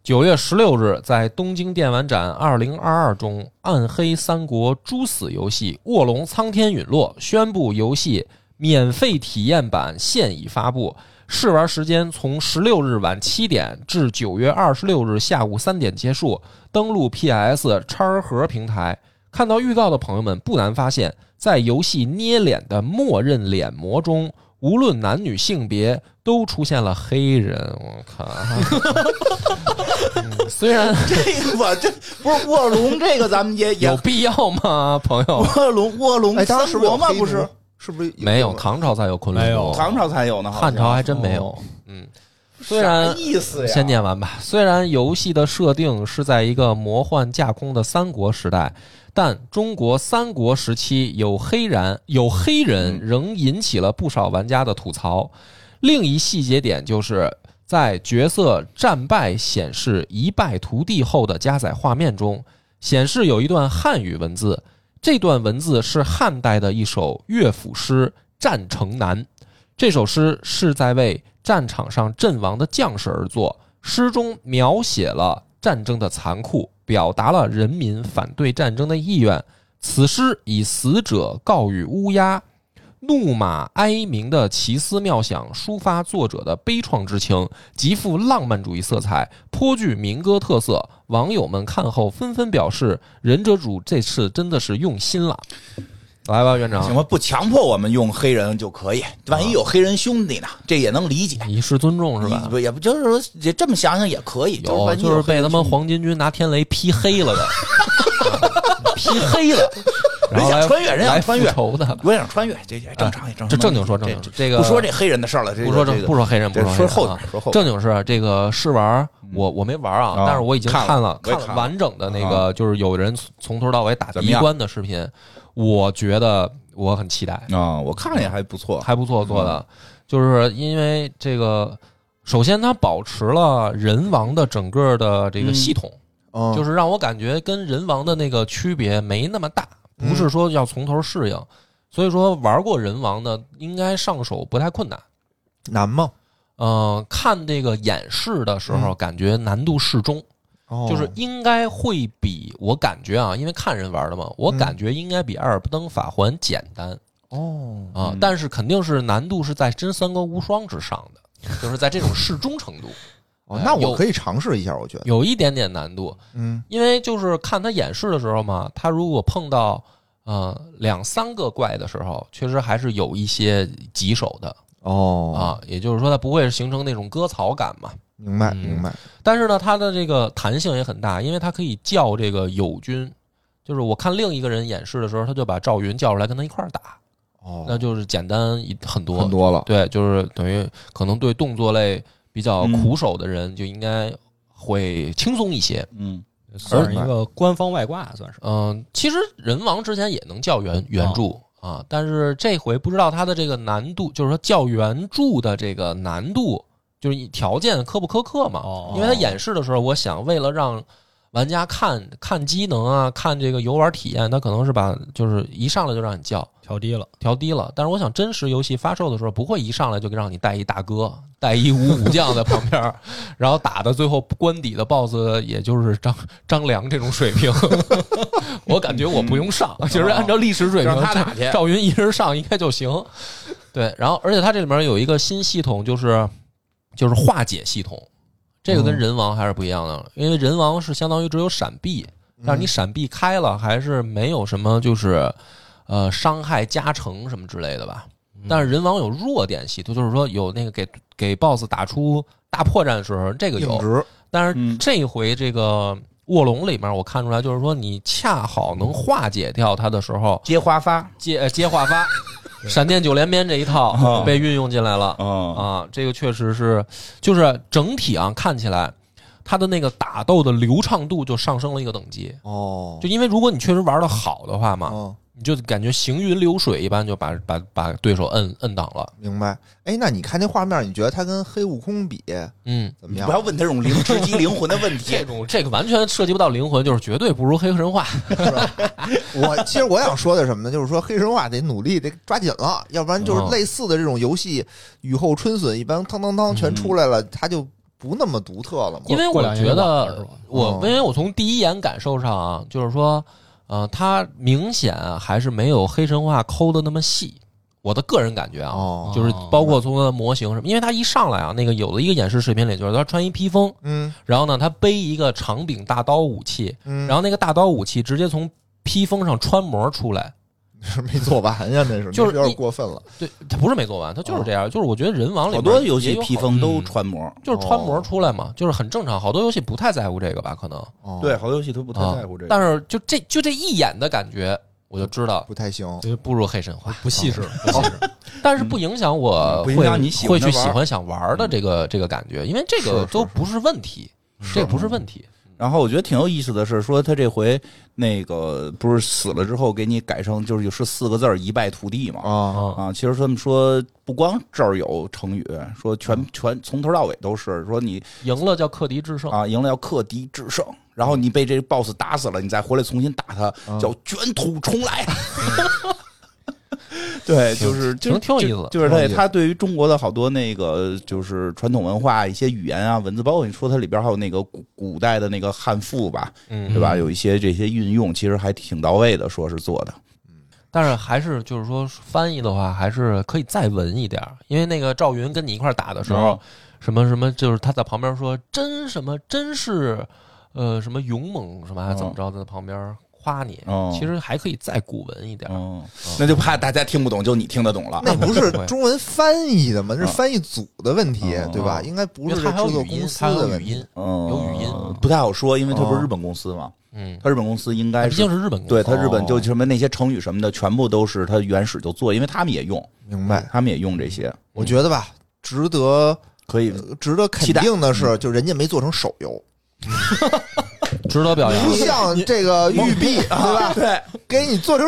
[SPEAKER 1] 九月十六日，在东京电玩展二零二二中，《暗黑三国》诸死游戏《卧龙苍天陨落》宣布游戏《免费体验版现已发布，试玩时间从十六日晚七点至九月二十六日下午三点结束。登录 PS 叉盒平台，看到预告的朋友们不难发现，在游戏捏脸的默认脸模中，无论男女性别，都出现了黑人。我靠！ [laughs] 嗯虽然
[SPEAKER 2] 这个吧，这不是卧龙，这个咱们也也
[SPEAKER 1] 有必要吗，朋友？
[SPEAKER 2] 卧龙卧龙
[SPEAKER 3] 哎，当
[SPEAKER 2] 三
[SPEAKER 3] 时
[SPEAKER 2] 国嘛，
[SPEAKER 3] 有黑
[SPEAKER 2] 不是
[SPEAKER 3] 奴？是不是
[SPEAKER 1] 没有，
[SPEAKER 3] 这个
[SPEAKER 1] 唐朝才有昆仑
[SPEAKER 4] 没有
[SPEAKER 1] 奴
[SPEAKER 2] 唐朝才有呢，好像啊
[SPEAKER 1] 汉朝还真没有。嗯，虽
[SPEAKER 2] 啥
[SPEAKER 1] 然
[SPEAKER 2] 意思呀，
[SPEAKER 1] 先念完吧。虽然游戏的设定是在一个魔幻架空的三国时代，但中国三国时期有黑人，有黑人仍引起了不少玩家的吐槽。另一细节点就是在角色战败显示一败涂地后的加载画面中，显示有一段汉语文字。这段文字是汉代的一首乐府诗《战城南》。这首诗是在为战场上阵亡的将士而作，诗中描写了战争的残酷，表达了人民反对战争的意愿。此诗以死者告与乌鸦、怒马哀鸣的奇思妙想，抒发作者的悲怆之情，极富浪漫主义色彩，颇具民歌特色。网友们看后纷纷表示，忍者主这次真的是用心了。来吧，院
[SPEAKER 2] 行
[SPEAKER 1] 长，
[SPEAKER 2] 吧，不强迫我们用黑人就可以，万一有黑人兄弟呢，这也能理解，
[SPEAKER 1] 以示尊重啊是吧？
[SPEAKER 2] 你不也不就是说也这么想想也可以，就是
[SPEAKER 1] 有，啊
[SPEAKER 2] 万一
[SPEAKER 1] 就是
[SPEAKER 2] 有黑
[SPEAKER 1] 被
[SPEAKER 2] 人
[SPEAKER 1] 他
[SPEAKER 2] 兄
[SPEAKER 1] 们
[SPEAKER 2] 弟
[SPEAKER 1] 黄巾军拿天雷劈黑
[SPEAKER 2] [laughs]
[SPEAKER 1] 了的，啊劈黑了，然后来
[SPEAKER 2] 人想穿越人想
[SPEAKER 1] 来
[SPEAKER 2] 穿越
[SPEAKER 1] 复仇的，
[SPEAKER 2] 我也想穿越，这也正常，也正常。
[SPEAKER 1] 哎这正经说正
[SPEAKER 2] 这
[SPEAKER 1] 经说，这个
[SPEAKER 2] 不说这黑人的事儿了，这
[SPEAKER 1] 不说
[SPEAKER 2] 这
[SPEAKER 1] 正不说黑人，不
[SPEAKER 2] 这
[SPEAKER 1] 说黑
[SPEAKER 2] 说
[SPEAKER 1] 人
[SPEAKER 2] 后
[SPEAKER 1] 啊
[SPEAKER 2] 边说后边
[SPEAKER 1] 正经是这个试玩儿，我我没玩儿啊
[SPEAKER 2] 啊，
[SPEAKER 1] 但是我已经
[SPEAKER 2] 看了
[SPEAKER 1] 看了
[SPEAKER 2] 我也
[SPEAKER 1] 看
[SPEAKER 2] 看了啊
[SPEAKER 1] 完整的那个，就是有人从从头到尾打
[SPEAKER 2] 怎
[SPEAKER 1] 第
[SPEAKER 2] 么
[SPEAKER 1] 一
[SPEAKER 2] 样
[SPEAKER 1] 关的视频，我觉得我很期待，
[SPEAKER 2] 啊，我看了也还不错，
[SPEAKER 1] 还不错做的，
[SPEAKER 2] 嗯
[SPEAKER 1] 就是因为这个，首先它保持了人王的整个的这个
[SPEAKER 2] 嗯
[SPEAKER 1] 系统。
[SPEAKER 3] 嗯，
[SPEAKER 1] 就是是让我感觉跟人王的那个区别没那么大，
[SPEAKER 3] 嗯
[SPEAKER 1] 不是说要从头适应。所以说玩过人王的应该上手不太困难。
[SPEAKER 3] 难吗？
[SPEAKER 1] 呃，看这个演示的时候，
[SPEAKER 3] 嗯
[SPEAKER 1] 感觉难度适中，
[SPEAKER 3] 哦
[SPEAKER 1] 就是应该会比我感觉啊，因为看人玩的嘛，我
[SPEAKER 3] 嗯
[SPEAKER 1] 感觉应该比《艾尔登法环》简单
[SPEAKER 3] 哦，
[SPEAKER 1] 啊，
[SPEAKER 2] 嗯
[SPEAKER 1] 但是肯定是难度是在《真三国无双》之上的，就是在这种适中程
[SPEAKER 3] [laughs]
[SPEAKER 1] 度，
[SPEAKER 3] 哦
[SPEAKER 1] 哎
[SPEAKER 3] 那我
[SPEAKER 1] 有
[SPEAKER 3] 可以尝试一下，我觉得，
[SPEAKER 1] 有一点点难度。
[SPEAKER 3] 嗯
[SPEAKER 1] 因为就是看他演示的时候嘛，他如果碰到呃两三个怪的时候，确实还是有一些棘手的
[SPEAKER 3] 哦，
[SPEAKER 1] 啊，也就是说它不会形成那种割草感嘛。
[SPEAKER 3] 明白
[SPEAKER 1] 嗯
[SPEAKER 3] 明白，
[SPEAKER 1] 但是呢，它的这个弹性也很大，因为它可以叫这个友军。就是我看另一个人演示的时候，他就把赵云叫出来跟他一块儿打，
[SPEAKER 3] 哦，
[SPEAKER 1] 那就是简单一很多。
[SPEAKER 3] 很多了，
[SPEAKER 1] 对，就是等于可能对动作类比较
[SPEAKER 2] 嗯
[SPEAKER 1] 苦手的人就应该会轻松一些。
[SPEAKER 2] 嗯，
[SPEAKER 4] 算是一个官方外挂，算是。哦
[SPEAKER 1] 嗯，其实人王之前也能叫原原著、啊，但是这回不知道它的这个难度，就是说叫原著的这个难度，就是一条件苛不苛刻嘛。
[SPEAKER 4] 哦
[SPEAKER 1] 因为它演示的时候，我想为了让玩家看看机能啊，看这个游玩体验，它可能是把就是一上来就让你叫
[SPEAKER 4] 调低了，
[SPEAKER 1] 调低了。但是我想真实游戏发售的时候，不会一上来就让你带一大哥，带一五武将在旁
[SPEAKER 2] [laughs]
[SPEAKER 1] 边儿，然后打的最后关底的 BOSS 也就是张张良这种水
[SPEAKER 2] [laughs]
[SPEAKER 1] 平。我感觉我不用上，就是按照历史水平，
[SPEAKER 2] 嗯让他打去
[SPEAKER 1] 赵云一人上应该就行。对，然后而且它这里面有一个新系统，就是就是化解系统。这个跟
[SPEAKER 2] 嗯
[SPEAKER 1] 人王还是不一样的，因为人王是相当于只有闪避，但
[SPEAKER 3] 嗯
[SPEAKER 1] 是你闪避开了，还是没有什么就是，呃，伤害加成什么之类的吧。但是人王有弱点系统，就是说有那个给给 BOSS 打出大破绽的时候，这个
[SPEAKER 3] 硬
[SPEAKER 1] 有。
[SPEAKER 3] 直
[SPEAKER 1] 但是
[SPEAKER 2] 嗯
[SPEAKER 1] 这回这个卧龙里面，我看出来就是说，你恰好能化解掉它的时候，
[SPEAKER 2] 接花发
[SPEAKER 1] 接呃接化发，闪电九连鞭这一套
[SPEAKER 2] 哦
[SPEAKER 1] 被运用进来了。
[SPEAKER 2] 啊，
[SPEAKER 1] 啊，这个确实是，就是整体啊看起来，它的那个打斗的流畅度就上升了一个等级。
[SPEAKER 3] 哦，
[SPEAKER 1] 就因为如果你确实玩的好的话嘛，
[SPEAKER 3] 哦，
[SPEAKER 1] 你就感觉行云流水一般，就把把把对手摁摁倒了。
[SPEAKER 3] 明白。哎，那你看那画面，你觉得它跟黑悟空比
[SPEAKER 1] 嗯，
[SPEAKER 3] 怎么
[SPEAKER 2] 你
[SPEAKER 3] 样
[SPEAKER 2] 不？要问他这种灵直击灵魂的问题
[SPEAKER 1] [laughs] 这，种这个完全涉及不到灵魂，就是绝对不如黑客神话。
[SPEAKER 3] 嗯我其实我想说的是什么呢？就是说黑神话得努力，得抓紧了，要不然就是
[SPEAKER 1] 哦
[SPEAKER 3] 类似的这种游戏雨后春笋一般，当当当
[SPEAKER 1] 嗯
[SPEAKER 3] 全出来了，它就不那么独特了嘛。
[SPEAKER 1] 因为
[SPEAKER 4] 过
[SPEAKER 1] 我
[SPEAKER 4] 两年
[SPEAKER 1] 觉
[SPEAKER 4] 就晚了
[SPEAKER 1] 得
[SPEAKER 4] 是吧
[SPEAKER 1] 我
[SPEAKER 3] 嗯，
[SPEAKER 1] 因为我从第一眼感受上啊，就是说，呃，它明显还是没有黑神话抠的那么细。我的个人感觉啊，
[SPEAKER 3] 哦
[SPEAKER 1] 就是包括从它的模型什么，因为它一上来啊，那个有的一个演示视频里就是他穿一披风，
[SPEAKER 3] 嗯
[SPEAKER 1] 然后呢，他背一个长柄大刀武器，
[SPEAKER 3] 嗯，
[SPEAKER 1] 然后那个大刀武器直接从披风上穿模出来，
[SPEAKER 3] 是 [laughs] 没做完呀，那是
[SPEAKER 1] 就是
[SPEAKER 3] 那有
[SPEAKER 1] 你
[SPEAKER 3] 点过分了。
[SPEAKER 1] 对，他不是没做完，他就是这样，就是我觉得人往里
[SPEAKER 2] 哦好
[SPEAKER 1] 边
[SPEAKER 2] 多游
[SPEAKER 1] 也
[SPEAKER 2] 戏
[SPEAKER 1] 有好
[SPEAKER 2] 披风都哦
[SPEAKER 1] 嗯
[SPEAKER 2] 穿模，
[SPEAKER 1] 就是穿模出来嘛，就是很正常。好多游戏不太在乎这个吧，可能
[SPEAKER 3] 哦
[SPEAKER 2] 对，，好多游戏都不太
[SPEAKER 1] 啊
[SPEAKER 2] 在乎这个。
[SPEAKER 1] 但是就这就这一眼的感觉，我就知道
[SPEAKER 3] 不太行。
[SPEAKER 1] 就步入黑神话，哦
[SPEAKER 4] 不细致，不细致。
[SPEAKER 1] 但是不影响我
[SPEAKER 2] 嗯不
[SPEAKER 1] 会
[SPEAKER 2] 影响你喜欢
[SPEAKER 1] 会
[SPEAKER 2] 的
[SPEAKER 1] 去
[SPEAKER 2] 玩嗯
[SPEAKER 1] 喜欢想玩的这个这个感觉，因为这
[SPEAKER 3] 是
[SPEAKER 1] 个
[SPEAKER 3] 是
[SPEAKER 1] 都不是问题，这不是问题。
[SPEAKER 2] 然后我觉得挺有意思的是，说他这回那个不是死了之后给你改成就是有是四个字儿一败涂地嘛。
[SPEAKER 1] [laughs]
[SPEAKER 3] 啊
[SPEAKER 1] 啊，
[SPEAKER 2] 啊，其实他们说不光这儿有成语，说全全从头到尾都是说你
[SPEAKER 1] 赢了叫克敌制胜，
[SPEAKER 2] 啊赢了要克敌制胜，然后你被这个 boss 打死了，你再回来重新打
[SPEAKER 1] 啊
[SPEAKER 2] 他，叫卷土
[SPEAKER 1] [laughs]
[SPEAKER 2] 重来。对，就是就
[SPEAKER 1] 挺挺有意思的
[SPEAKER 2] 就就是
[SPEAKER 3] 挺
[SPEAKER 2] 他
[SPEAKER 3] 有意思
[SPEAKER 2] 他对于中国的好多那个就是传统文化一些语言啊文字，包括你说它里边还有那个古古代的那个汉赋吧，
[SPEAKER 1] 嗯，
[SPEAKER 2] 对吧？有一些这些运用，其实还挺到位的，说是做的。
[SPEAKER 1] 但是还是就是说翻译的话，还是可以再文一点儿，因为那个赵云跟你一块儿打的时候
[SPEAKER 2] 哦，
[SPEAKER 1] 什么什么，就是他在旁边说真什么真是，呃，什么勇猛什么，还是怎么着，在旁边夸你
[SPEAKER 2] 哦，
[SPEAKER 1] 其实还可以再古文一点儿。
[SPEAKER 2] 嗯，那就怕大家听不懂，就你听得懂了。
[SPEAKER 3] 那不是中文翻译的吗？这是
[SPEAKER 2] 啊
[SPEAKER 3] 翻译组的问题，
[SPEAKER 2] 啊
[SPEAKER 3] 对吧？应该不
[SPEAKER 1] 哦因
[SPEAKER 3] 是
[SPEAKER 1] 为
[SPEAKER 3] 这
[SPEAKER 1] 他还有
[SPEAKER 3] 制作
[SPEAKER 1] 语音
[SPEAKER 3] 公，司
[SPEAKER 1] 他还
[SPEAKER 3] 的
[SPEAKER 1] 有
[SPEAKER 3] 问
[SPEAKER 1] 语
[SPEAKER 3] 题。
[SPEAKER 1] 音，
[SPEAKER 2] 嗯，
[SPEAKER 1] 有语音
[SPEAKER 2] 不太好说，因为它不
[SPEAKER 3] 哦
[SPEAKER 2] 是日本公司嘛，
[SPEAKER 1] 嗯，
[SPEAKER 2] 它日本公司应该
[SPEAKER 1] 毕竟
[SPEAKER 2] 是
[SPEAKER 1] 是日本公
[SPEAKER 2] 哎对
[SPEAKER 1] 司，
[SPEAKER 2] 它日本就
[SPEAKER 3] 哦
[SPEAKER 2] 什么那些成语什么的，全部都是它原始就做，因为他们也用，
[SPEAKER 3] 明白？
[SPEAKER 2] 他们也用这些，
[SPEAKER 3] 我觉得吧，值得
[SPEAKER 2] 可以
[SPEAKER 3] 呃值得肯定的
[SPEAKER 1] 嗯
[SPEAKER 3] 是，就人家没做成手游，
[SPEAKER 1] [laughs] 值得表扬。
[SPEAKER 3] 不像这个育碧，对
[SPEAKER 1] 啊
[SPEAKER 3] 吧？
[SPEAKER 2] 对，
[SPEAKER 3] 给你做成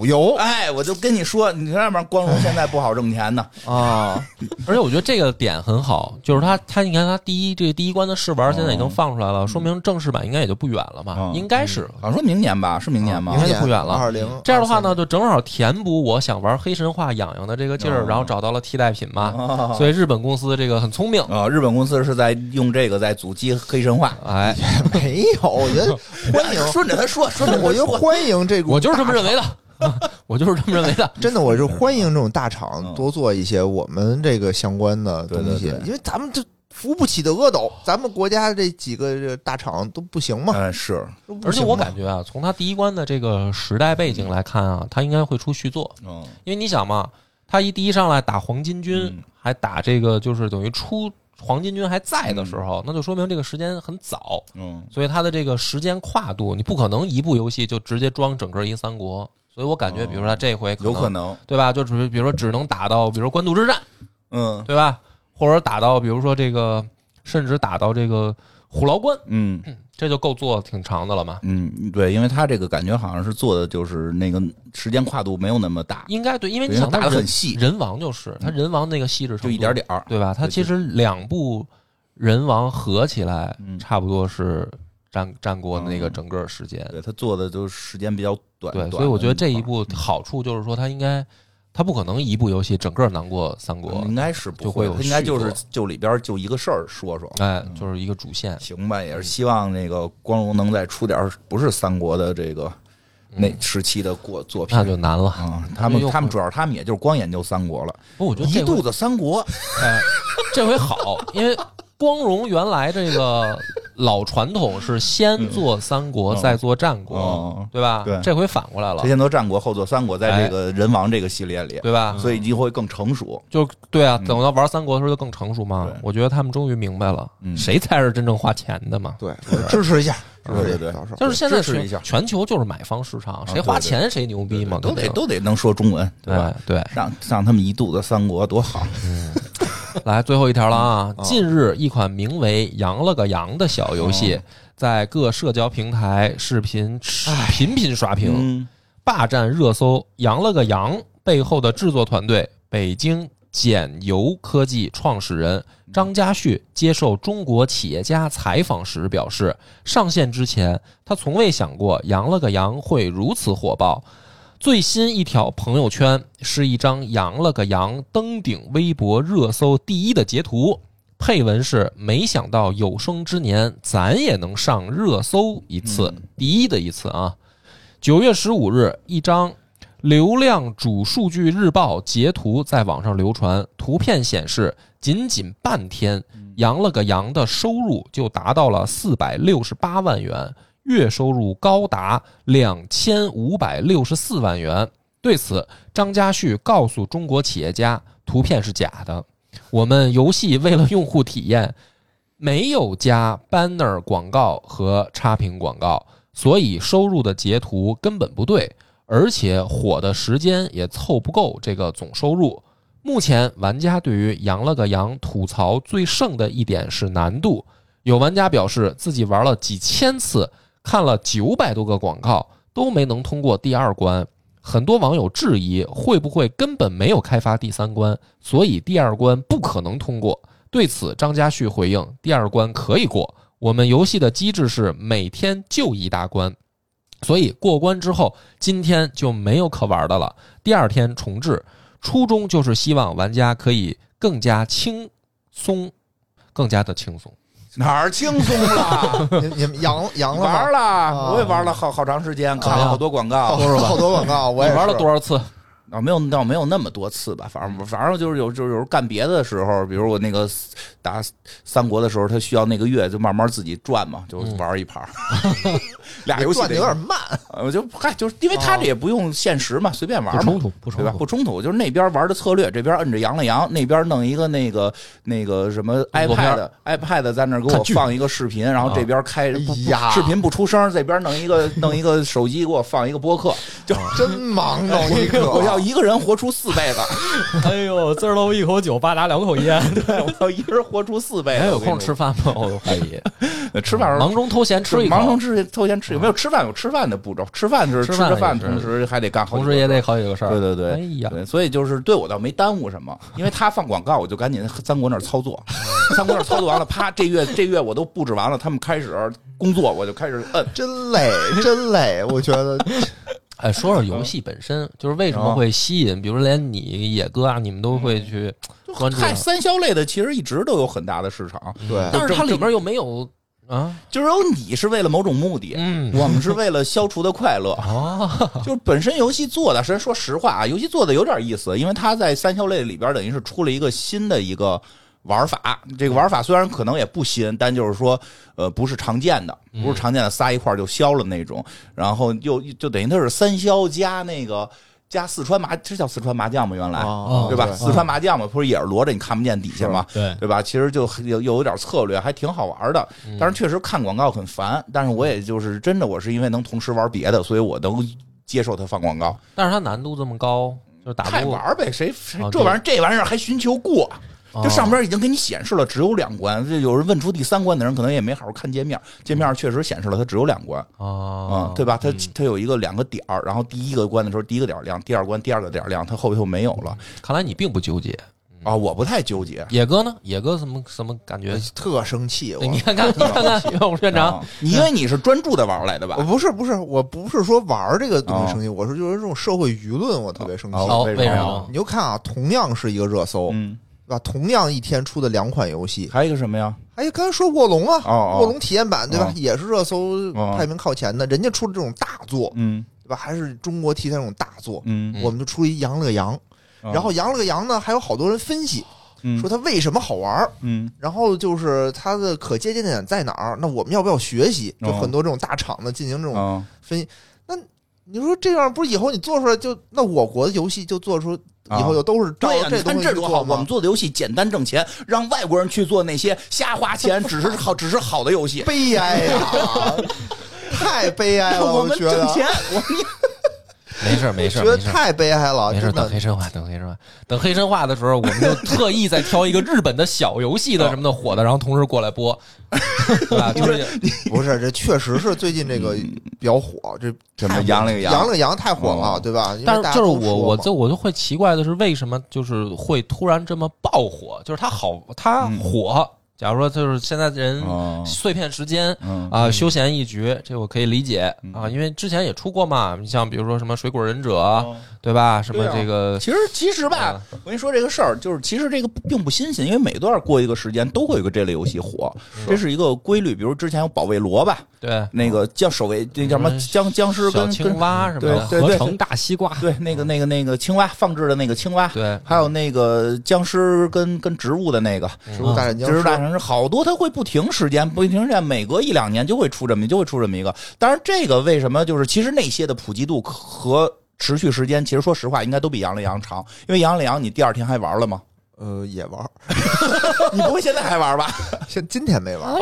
[SPEAKER 1] 哦
[SPEAKER 3] 游
[SPEAKER 2] 哎，我就跟你说，你看要不然光荣现在不好挣钱呢，
[SPEAKER 3] 啊，
[SPEAKER 1] 哦 [laughs] 而且我觉得这个点很好，就是他他你看他第一这个第一关的试玩现在已经放出来了，说明正式版应该也就不远了吧？
[SPEAKER 2] 嗯
[SPEAKER 1] 应该是
[SPEAKER 2] 好像说明年吧，是明年
[SPEAKER 1] 哦
[SPEAKER 2] 吗？
[SPEAKER 1] 明
[SPEAKER 3] 明
[SPEAKER 1] 年
[SPEAKER 3] 年
[SPEAKER 1] 不远了嗯
[SPEAKER 3] 二零
[SPEAKER 1] 这样的话呢，，就正好填补我想玩黑神话痒痒的这个劲儿，
[SPEAKER 2] 嗯
[SPEAKER 1] 然后找到了替代品嘛。
[SPEAKER 2] 啊
[SPEAKER 1] 所以日本公司这个很聪明，
[SPEAKER 2] 啊，日本公司是在用这个在阻击黑神话，
[SPEAKER 1] 哎，
[SPEAKER 3] [laughs] 没有，我觉
[SPEAKER 1] [laughs]
[SPEAKER 3] 得欢迎，
[SPEAKER 2] 顺着他说，顺着他
[SPEAKER 3] 我就
[SPEAKER 2] 说
[SPEAKER 3] 欢迎这股
[SPEAKER 1] 我就是这么认为的， [laughs] 我就是这么认为的。
[SPEAKER 3] 真的，我是欢迎这种大厂
[SPEAKER 2] 嗯
[SPEAKER 3] 多做一些我们这个相关的东
[SPEAKER 2] 对
[SPEAKER 3] 西，
[SPEAKER 2] 对对
[SPEAKER 3] 因为咱们这扶不起的阿斗，咱们国家这几个这大厂都不行嘛。
[SPEAKER 2] 嗯，是，
[SPEAKER 3] 都不
[SPEAKER 1] 而且
[SPEAKER 3] 行
[SPEAKER 1] 我
[SPEAKER 3] 嘛
[SPEAKER 1] 感觉啊，从他第一关的这个时代背景来看啊，他应该会出续作，
[SPEAKER 2] 嗯，
[SPEAKER 1] 因为你想嘛，他一第一上来打黄巾军
[SPEAKER 2] 嗯，
[SPEAKER 1] 还打这个就是等于出黄巾军还在的时候，那就说明这个时间很早，
[SPEAKER 2] 嗯，
[SPEAKER 1] 所以它的这个时间跨度，你不可能一部游戏就直接装整个一三国。所以我感觉，
[SPEAKER 2] 哦
[SPEAKER 1] 比如说他这回
[SPEAKER 2] 有可能，
[SPEAKER 1] 对吧？就只比如说只能打到，比如说官渡之战，
[SPEAKER 2] 嗯
[SPEAKER 1] 对吧？或者打到，比如说这个，甚至打到这个虎牢关，
[SPEAKER 2] 嗯
[SPEAKER 1] 这就够做挺长的了嘛。
[SPEAKER 2] 嗯，对，因为他这个感觉好像是做的就是那个时间跨度没有那么大，
[SPEAKER 1] 应该对，因为你
[SPEAKER 2] 对因
[SPEAKER 1] 想
[SPEAKER 2] 为打得
[SPEAKER 1] 人
[SPEAKER 2] 很细嗯
[SPEAKER 1] 人王就是他人王那个细致程度
[SPEAKER 2] 就一点，点儿，
[SPEAKER 1] 对吧？他
[SPEAKER 2] 对
[SPEAKER 1] 其实两部人王合起来，
[SPEAKER 2] 嗯
[SPEAKER 1] 差不多是战战国的那个整个时间。
[SPEAKER 2] 对他做的就是时间比较短，
[SPEAKER 1] 对，
[SPEAKER 2] 短嗯
[SPEAKER 1] 所以我觉得这
[SPEAKER 2] 的
[SPEAKER 1] 一
[SPEAKER 2] 块儿
[SPEAKER 1] 部好处就是说，它应该，它不可能一部游戏整个囊括三国
[SPEAKER 2] 应，该是不
[SPEAKER 1] 就会有
[SPEAKER 2] 他应该
[SPEAKER 1] 续
[SPEAKER 2] 就是
[SPEAKER 1] 作
[SPEAKER 2] 就里边就一个事儿说说，
[SPEAKER 1] 哎，就是一个主线。
[SPEAKER 2] 行吧，也是希望那个光荣能再出点儿不是三国的这个那时期的过作
[SPEAKER 1] 嗯
[SPEAKER 2] 品
[SPEAKER 1] 那。就难了。
[SPEAKER 2] 啊、他
[SPEAKER 1] 又
[SPEAKER 2] 们
[SPEAKER 1] 会
[SPEAKER 2] 他们主要他们也就是光研究三国了，
[SPEAKER 1] 不，我觉得
[SPEAKER 2] 一
[SPEAKER 1] 这回
[SPEAKER 2] 肚子三国，
[SPEAKER 1] 哎，这回好，因为光荣原来这个老传统是先做三国，
[SPEAKER 2] 嗯
[SPEAKER 1] 再做战国
[SPEAKER 2] 哦，
[SPEAKER 1] 对吧？
[SPEAKER 2] 对
[SPEAKER 1] 这回反过来了哎
[SPEAKER 2] 他，先做战国，后做三国，在这个人王这个系列里，
[SPEAKER 1] 对啊吧？
[SPEAKER 2] 所以就会更成熟。
[SPEAKER 1] 就对啊，等到玩三国的时候就更成熟嘛
[SPEAKER 2] 嗯对。
[SPEAKER 1] 我觉得他们终于明白了，
[SPEAKER 2] 嗯
[SPEAKER 1] 谁才是真正花钱的嘛。
[SPEAKER 3] 对，我支持一下，支
[SPEAKER 2] 对
[SPEAKER 3] 持一
[SPEAKER 2] 对
[SPEAKER 3] 下
[SPEAKER 2] 对
[SPEAKER 3] 到时候
[SPEAKER 1] 就是现在
[SPEAKER 2] 支持一下啊
[SPEAKER 1] 全全球就是买方市场，谁花
[SPEAKER 2] 对对
[SPEAKER 1] 钱谁牛逼嘛，
[SPEAKER 2] 都得
[SPEAKER 1] 肯定
[SPEAKER 2] 都得能说中文，对吧？
[SPEAKER 1] 哎对。
[SPEAKER 2] 让让他们一肚子三国多好，
[SPEAKER 1] 来，最后一条了啊！
[SPEAKER 2] 嗯
[SPEAKER 1] 近日，一款名为“羊了个羊”的小游戏，
[SPEAKER 2] 哦
[SPEAKER 1] 在各社交平台视频频频刷屏，
[SPEAKER 2] 哎嗯，
[SPEAKER 1] 霸占热搜。“羊了个羊”背后的制作团队，北京简油科技创始人张家旭接受中国企业家采访时表示，上线之前，他从未想过“羊了个羊”会如此火爆。最新一条朋友圈是一张“羊了个羊”登顶微博热搜第一的截图，配文是“没想到有生之年咱也能上
[SPEAKER 2] 嗯
[SPEAKER 1] 热搜一次，第一的一次啊！”九月十五日，一张流量主数据日报截图在网上流传，图片显示，仅仅半天，羊了个羊的收入就达到了四百六十八万元，月收入高达两千五百六十四万元。对此，张家旭告诉中国企业家，图片是假的，我们游戏为了用户体验，没有加 banner 广告和差评广告，所以收入的截图根本不对，而且火的时间也凑不够这个总收入。目前玩家对于“羊了个羊”吐槽最盛的一点是难度，有玩家表示自己玩了几千次，看了九百多个广告都没能通过第二关。很多网友质疑会不会根本没有开发第三关，所以第二关不可能通过。对此，张家旭回应：第二关可以过，我们游戏的机制是每天就一大关，所以过关之后，今天就没有可玩的了。第二天重置，初衷就是希望玩家可以更加轻松，更加的轻松。
[SPEAKER 2] 哪儿轻松
[SPEAKER 3] [laughs]
[SPEAKER 2] 了？
[SPEAKER 3] 你你们阳阳了
[SPEAKER 2] 玩
[SPEAKER 3] 吗？
[SPEAKER 2] 了，我也玩了好好长时间，看了好多广告。
[SPEAKER 3] 好好多广告，我
[SPEAKER 1] 你
[SPEAKER 3] 也
[SPEAKER 1] 玩了多
[SPEAKER 3] 少？
[SPEAKER 1] 少次？
[SPEAKER 2] 啊，没有，倒没有那么多次吧，反正反正就是有就是有时候干别的时候，比如我那个打三国的时候，他需要那个月就慢慢自己转嘛，就玩一盘儿，俩游戏
[SPEAKER 3] 转的
[SPEAKER 2] 得
[SPEAKER 3] 有点慢，
[SPEAKER 2] 呃，我就嗨，就是因为他这也不用限时嘛，随便玩嘛
[SPEAKER 4] 不冲，突，不
[SPEAKER 2] 对
[SPEAKER 4] 冲
[SPEAKER 2] 吧？
[SPEAKER 4] 突
[SPEAKER 2] 不。冲突，就是那边玩的策略，这边摁着羊了羊，那边弄一个那个那个什么
[SPEAKER 1] 动作片儿啊
[SPEAKER 2] iPad iPad 在那儿给我
[SPEAKER 4] 看剧
[SPEAKER 2] 放一个视频，然后这边开不
[SPEAKER 3] 哎呀
[SPEAKER 2] 视频不出声，这边弄一个弄一个手机给我放一个播
[SPEAKER 1] [laughs]
[SPEAKER 2] 客，就
[SPEAKER 3] 真忙叨你可。
[SPEAKER 2] 哎我要一个人活出四辈子，
[SPEAKER 4] [laughs] 哎呦，滋儿喽一口酒，吧嗒两口烟。
[SPEAKER 2] 对 [laughs] 我要一个人活出四辈子。
[SPEAKER 1] 还有
[SPEAKER 2] 我跟
[SPEAKER 1] 空
[SPEAKER 2] 你
[SPEAKER 1] 吃饭吗？我都怀疑。
[SPEAKER 2] 说吃饭的时候
[SPEAKER 1] 忙中偷闲吃一口，啊
[SPEAKER 2] 哎忙中吃偷闲吃有没有吃饭有吃饭的步骤，吃饭就是
[SPEAKER 1] 吃
[SPEAKER 2] 吃
[SPEAKER 1] 饭
[SPEAKER 2] 着饭，
[SPEAKER 1] 也是
[SPEAKER 2] 同时还得干好
[SPEAKER 1] [laughs]
[SPEAKER 2] 几
[SPEAKER 1] 同
[SPEAKER 2] 个事儿，
[SPEAKER 1] 时也得考几个事儿。
[SPEAKER 2] 对对对，
[SPEAKER 1] 哎呀，
[SPEAKER 2] 对，所以就是对我倒没耽误什么，因为他放广告，我就赶紧三国那儿操作，
[SPEAKER 1] [laughs]
[SPEAKER 2] 三国那儿操作完了，啪，这月这月我都布置完了，他们开始工作，我就开始摁。
[SPEAKER 3] 真累，真累，我觉得
[SPEAKER 1] 哎，说说游戏本身，就是为什
[SPEAKER 2] 啊
[SPEAKER 1] 么会吸引，比如连你野哥啊，你们都会去关注它。
[SPEAKER 2] 太三消类的其实一直都有很大的市场，
[SPEAKER 3] 对，
[SPEAKER 1] 但是它里面又没有啊，
[SPEAKER 2] 就是有你是为了某种目的，
[SPEAKER 1] 嗯，
[SPEAKER 2] [laughs] 我们是为了消除的快乐。
[SPEAKER 1] 哦，
[SPEAKER 2] [laughs] 就是本身游戏做的，实说实话啊，游戏做的有点意思，因为它在三消类里边等于是出了一个新的一个玩法。这个玩法虽然可能也不新，但就是说，呃，不是常见的，不是常见的仨一块儿就消了那种。然后又就等于它是三消加那个加四川麻，这叫四川麻将吗？原来、
[SPEAKER 3] 啊
[SPEAKER 2] 对吧？
[SPEAKER 3] 对
[SPEAKER 2] 四川麻将嘛，不是也是摞着你看不见底下吗？
[SPEAKER 4] 对，
[SPEAKER 2] 对吧？其实就很有有有点策略，还挺好玩的。
[SPEAKER 1] 嗯
[SPEAKER 2] 但是确实看广告很烦，但是我也就是真的，我是因为能同时玩别的，所以我能接受他放广告。
[SPEAKER 1] 但是它难度这么高，就是打
[SPEAKER 2] 太
[SPEAKER 1] 不过
[SPEAKER 2] 玩儿呗，谁谁
[SPEAKER 1] 啊
[SPEAKER 2] 这
[SPEAKER 1] 对
[SPEAKER 2] 玩意儿这玩意儿还寻求过？
[SPEAKER 1] 哦
[SPEAKER 2] 就上边已经给你显示了只有两关，这有人问出第三关的人，可能也没好好看界面，界面确实显示了它只有两关，
[SPEAKER 1] 啊
[SPEAKER 2] 嗯，，对吧？它
[SPEAKER 1] 嗯
[SPEAKER 2] 它有一个两个点儿，然后第一个关的时候第一个点儿亮，第二关第二个点儿亮，它后头没有了
[SPEAKER 1] 看来你并不纠结。
[SPEAKER 2] 啊！我不太纠结，
[SPEAKER 1] 野哥呢？野哥什么什么感觉？
[SPEAKER 3] 特生气。
[SPEAKER 1] [laughs]
[SPEAKER 3] 我
[SPEAKER 1] 你看看，你看看，我院长
[SPEAKER 2] 啊，你因为你是专注的玩儿来的吧
[SPEAKER 3] 我？哦不是不是，我不是说玩儿这个东西生气，我是就是这种社会舆论，我特别生气。
[SPEAKER 2] 哦
[SPEAKER 1] 哦，
[SPEAKER 2] 为
[SPEAKER 1] 为
[SPEAKER 2] 什
[SPEAKER 1] 什
[SPEAKER 2] 么
[SPEAKER 1] 么？
[SPEAKER 3] 你就看啊，同样是一个热搜，
[SPEAKER 2] 嗯，
[SPEAKER 3] 对吧？同样一天出的两款游戏，
[SPEAKER 2] 还有一个什么呀？
[SPEAKER 3] 哎，刚才说卧龙
[SPEAKER 2] [laughs]
[SPEAKER 3] 啊，
[SPEAKER 2] 哦哦
[SPEAKER 3] 卧龙体验版对吧？
[SPEAKER 2] 哦
[SPEAKER 3] 也是热搜
[SPEAKER 2] 哦
[SPEAKER 3] 排名靠前的，人家出的这种大作
[SPEAKER 2] 嗯
[SPEAKER 3] 对吧？还是中国题材这种大作，
[SPEAKER 2] 嗯哦
[SPEAKER 3] 我们就出一羊了个羊，然后羊了个羊呢，还有好多人分析说它为什么好玩儿，
[SPEAKER 2] 嗯
[SPEAKER 3] 然后就是它的可借鉴点在哪儿？那我们要不要学习？就
[SPEAKER 2] 哦
[SPEAKER 3] 很多这种大厂的进行这种
[SPEAKER 2] 啊
[SPEAKER 3] 分析。那你说这样不是以后你做出来就那我国的游戏就做出
[SPEAKER 2] 啊
[SPEAKER 3] 以后就都是照
[SPEAKER 2] 对呀、
[SPEAKER 3] 这
[SPEAKER 2] 你看
[SPEAKER 3] 东西
[SPEAKER 2] 这
[SPEAKER 3] 去
[SPEAKER 2] 多好！
[SPEAKER 3] 做
[SPEAKER 2] 我们
[SPEAKER 3] 吗？
[SPEAKER 2] 做的游戏简单挣钱，让外国人去做那些瞎花钱，只是好，只是好的游 [laughs] 戏。
[SPEAKER 3] 悲哀呀，太悲哀
[SPEAKER 1] [laughs]
[SPEAKER 3] 了！
[SPEAKER 2] 我们
[SPEAKER 3] 觉得
[SPEAKER 2] 挣 [laughs] 钱，我们
[SPEAKER 1] 没事儿没事
[SPEAKER 3] 觉
[SPEAKER 1] 儿
[SPEAKER 3] 得
[SPEAKER 1] 没事儿。
[SPEAKER 3] 太悲哀了，
[SPEAKER 1] 没事儿，
[SPEAKER 3] 真
[SPEAKER 1] 等
[SPEAKER 3] 的
[SPEAKER 1] 黑神话，等黑神话，等黑神话的时候，我们就特意再挑一个日本的小游戏
[SPEAKER 3] [laughs]
[SPEAKER 1] 的什么的火的，然后同时过来播，对吧？就是
[SPEAKER 3] 不是这确实是最近这个比较火，这
[SPEAKER 2] 什么
[SPEAKER 3] 太火
[SPEAKER 2] 羊了个羊
[SPEAKER 3] 羊了个羊太火了，
[SPEAKER 2] 哦
[SPEAKER 3] 对吧？因为
[SPEAKER 1] 但是
[SPEAKER 3] 大家
[SPEAKER 1] 就是
[SPEAKER 3] 都说
[SPEAKER 1] 我，我
[SPEAKER 3] 嘛
[SPEAKER 1] 就我就会奇怪的是，为什么就是会突然这么爆火？就是它好，它
[SPEAKER 3] 嗯
[SPEAKER 1] 火。假如说就是现在人
[SPEAKER 2] [laughs] 哦
[SPEAKER 1] 碎片时间
[SPEAKER 2] 嗯
[SPEAKER 1] 啊，休
[SPEAKER 3] 嗯哦
[SPEAKER 1] 闲一局，这我可以理解啊，因为之前也出过嘛。你像比如说什么《水果忍者》，对吧？什么
[SPEAKER 2] 对啊
[SPEAKER 1] 这个
[SPEAKER 2] 其实其实吧，我跟你说这个事儿，就是其实这个并不新鲜，因为每段过一个时间都会有一个这类游戏火，这是一个规律。比如之前有保卫罗吧，
[SPEAKER 1] 对
[SPEAKER 2] 那个叫守卫，那叫什么
[SPEAKER 1] 嗯
[SPEAKER 2] 僵僵尸
[SPEAKER 1] 小
[SPEAKER 2] 跟
[SPEAKER 1] 青
[SPEAKER 2] 跟
[SPEAKER 1] 蛙什么
[SPEAKER 2] 对
[SPEAKER 1] 的，
[SPEAKER 2] 嗯对
[SPEAKER 4] 合成大西瓜，
[SPEAKER 2] 对那个那个那个青蛙放置的那个青蛙，
[SPEAKER 1] 对，
[SPEAKER 2] 还有那个僵尸跟跟植物的那个，
[SPEAKER 3] 植
[SPEAKER 1] 嗯
[SPEAKER 3] 物大战僵
[SPEAKER 2] 知识大
[SPEAKER 3] 尸，
[SPEAKER 2] 城市好多，它会不停时间，不停时间，每隔一两年就会出这么就会出这么一个。当然，这个为什么就是其实那些的普及度和持续时间，其实说实话应该都比羊里羊长，因为羊里羊你第二天还玩
[SPEAKER 3] [laughs]
[SPEAKER 2] 了吗？
[SPEAKER 3] 呃，也玩儿，
[SPEAKER 2] 你不会现在还玩吧？
[SPEAKER 3] 现今天没玩儿，
[SPEAKER 1] [laughs]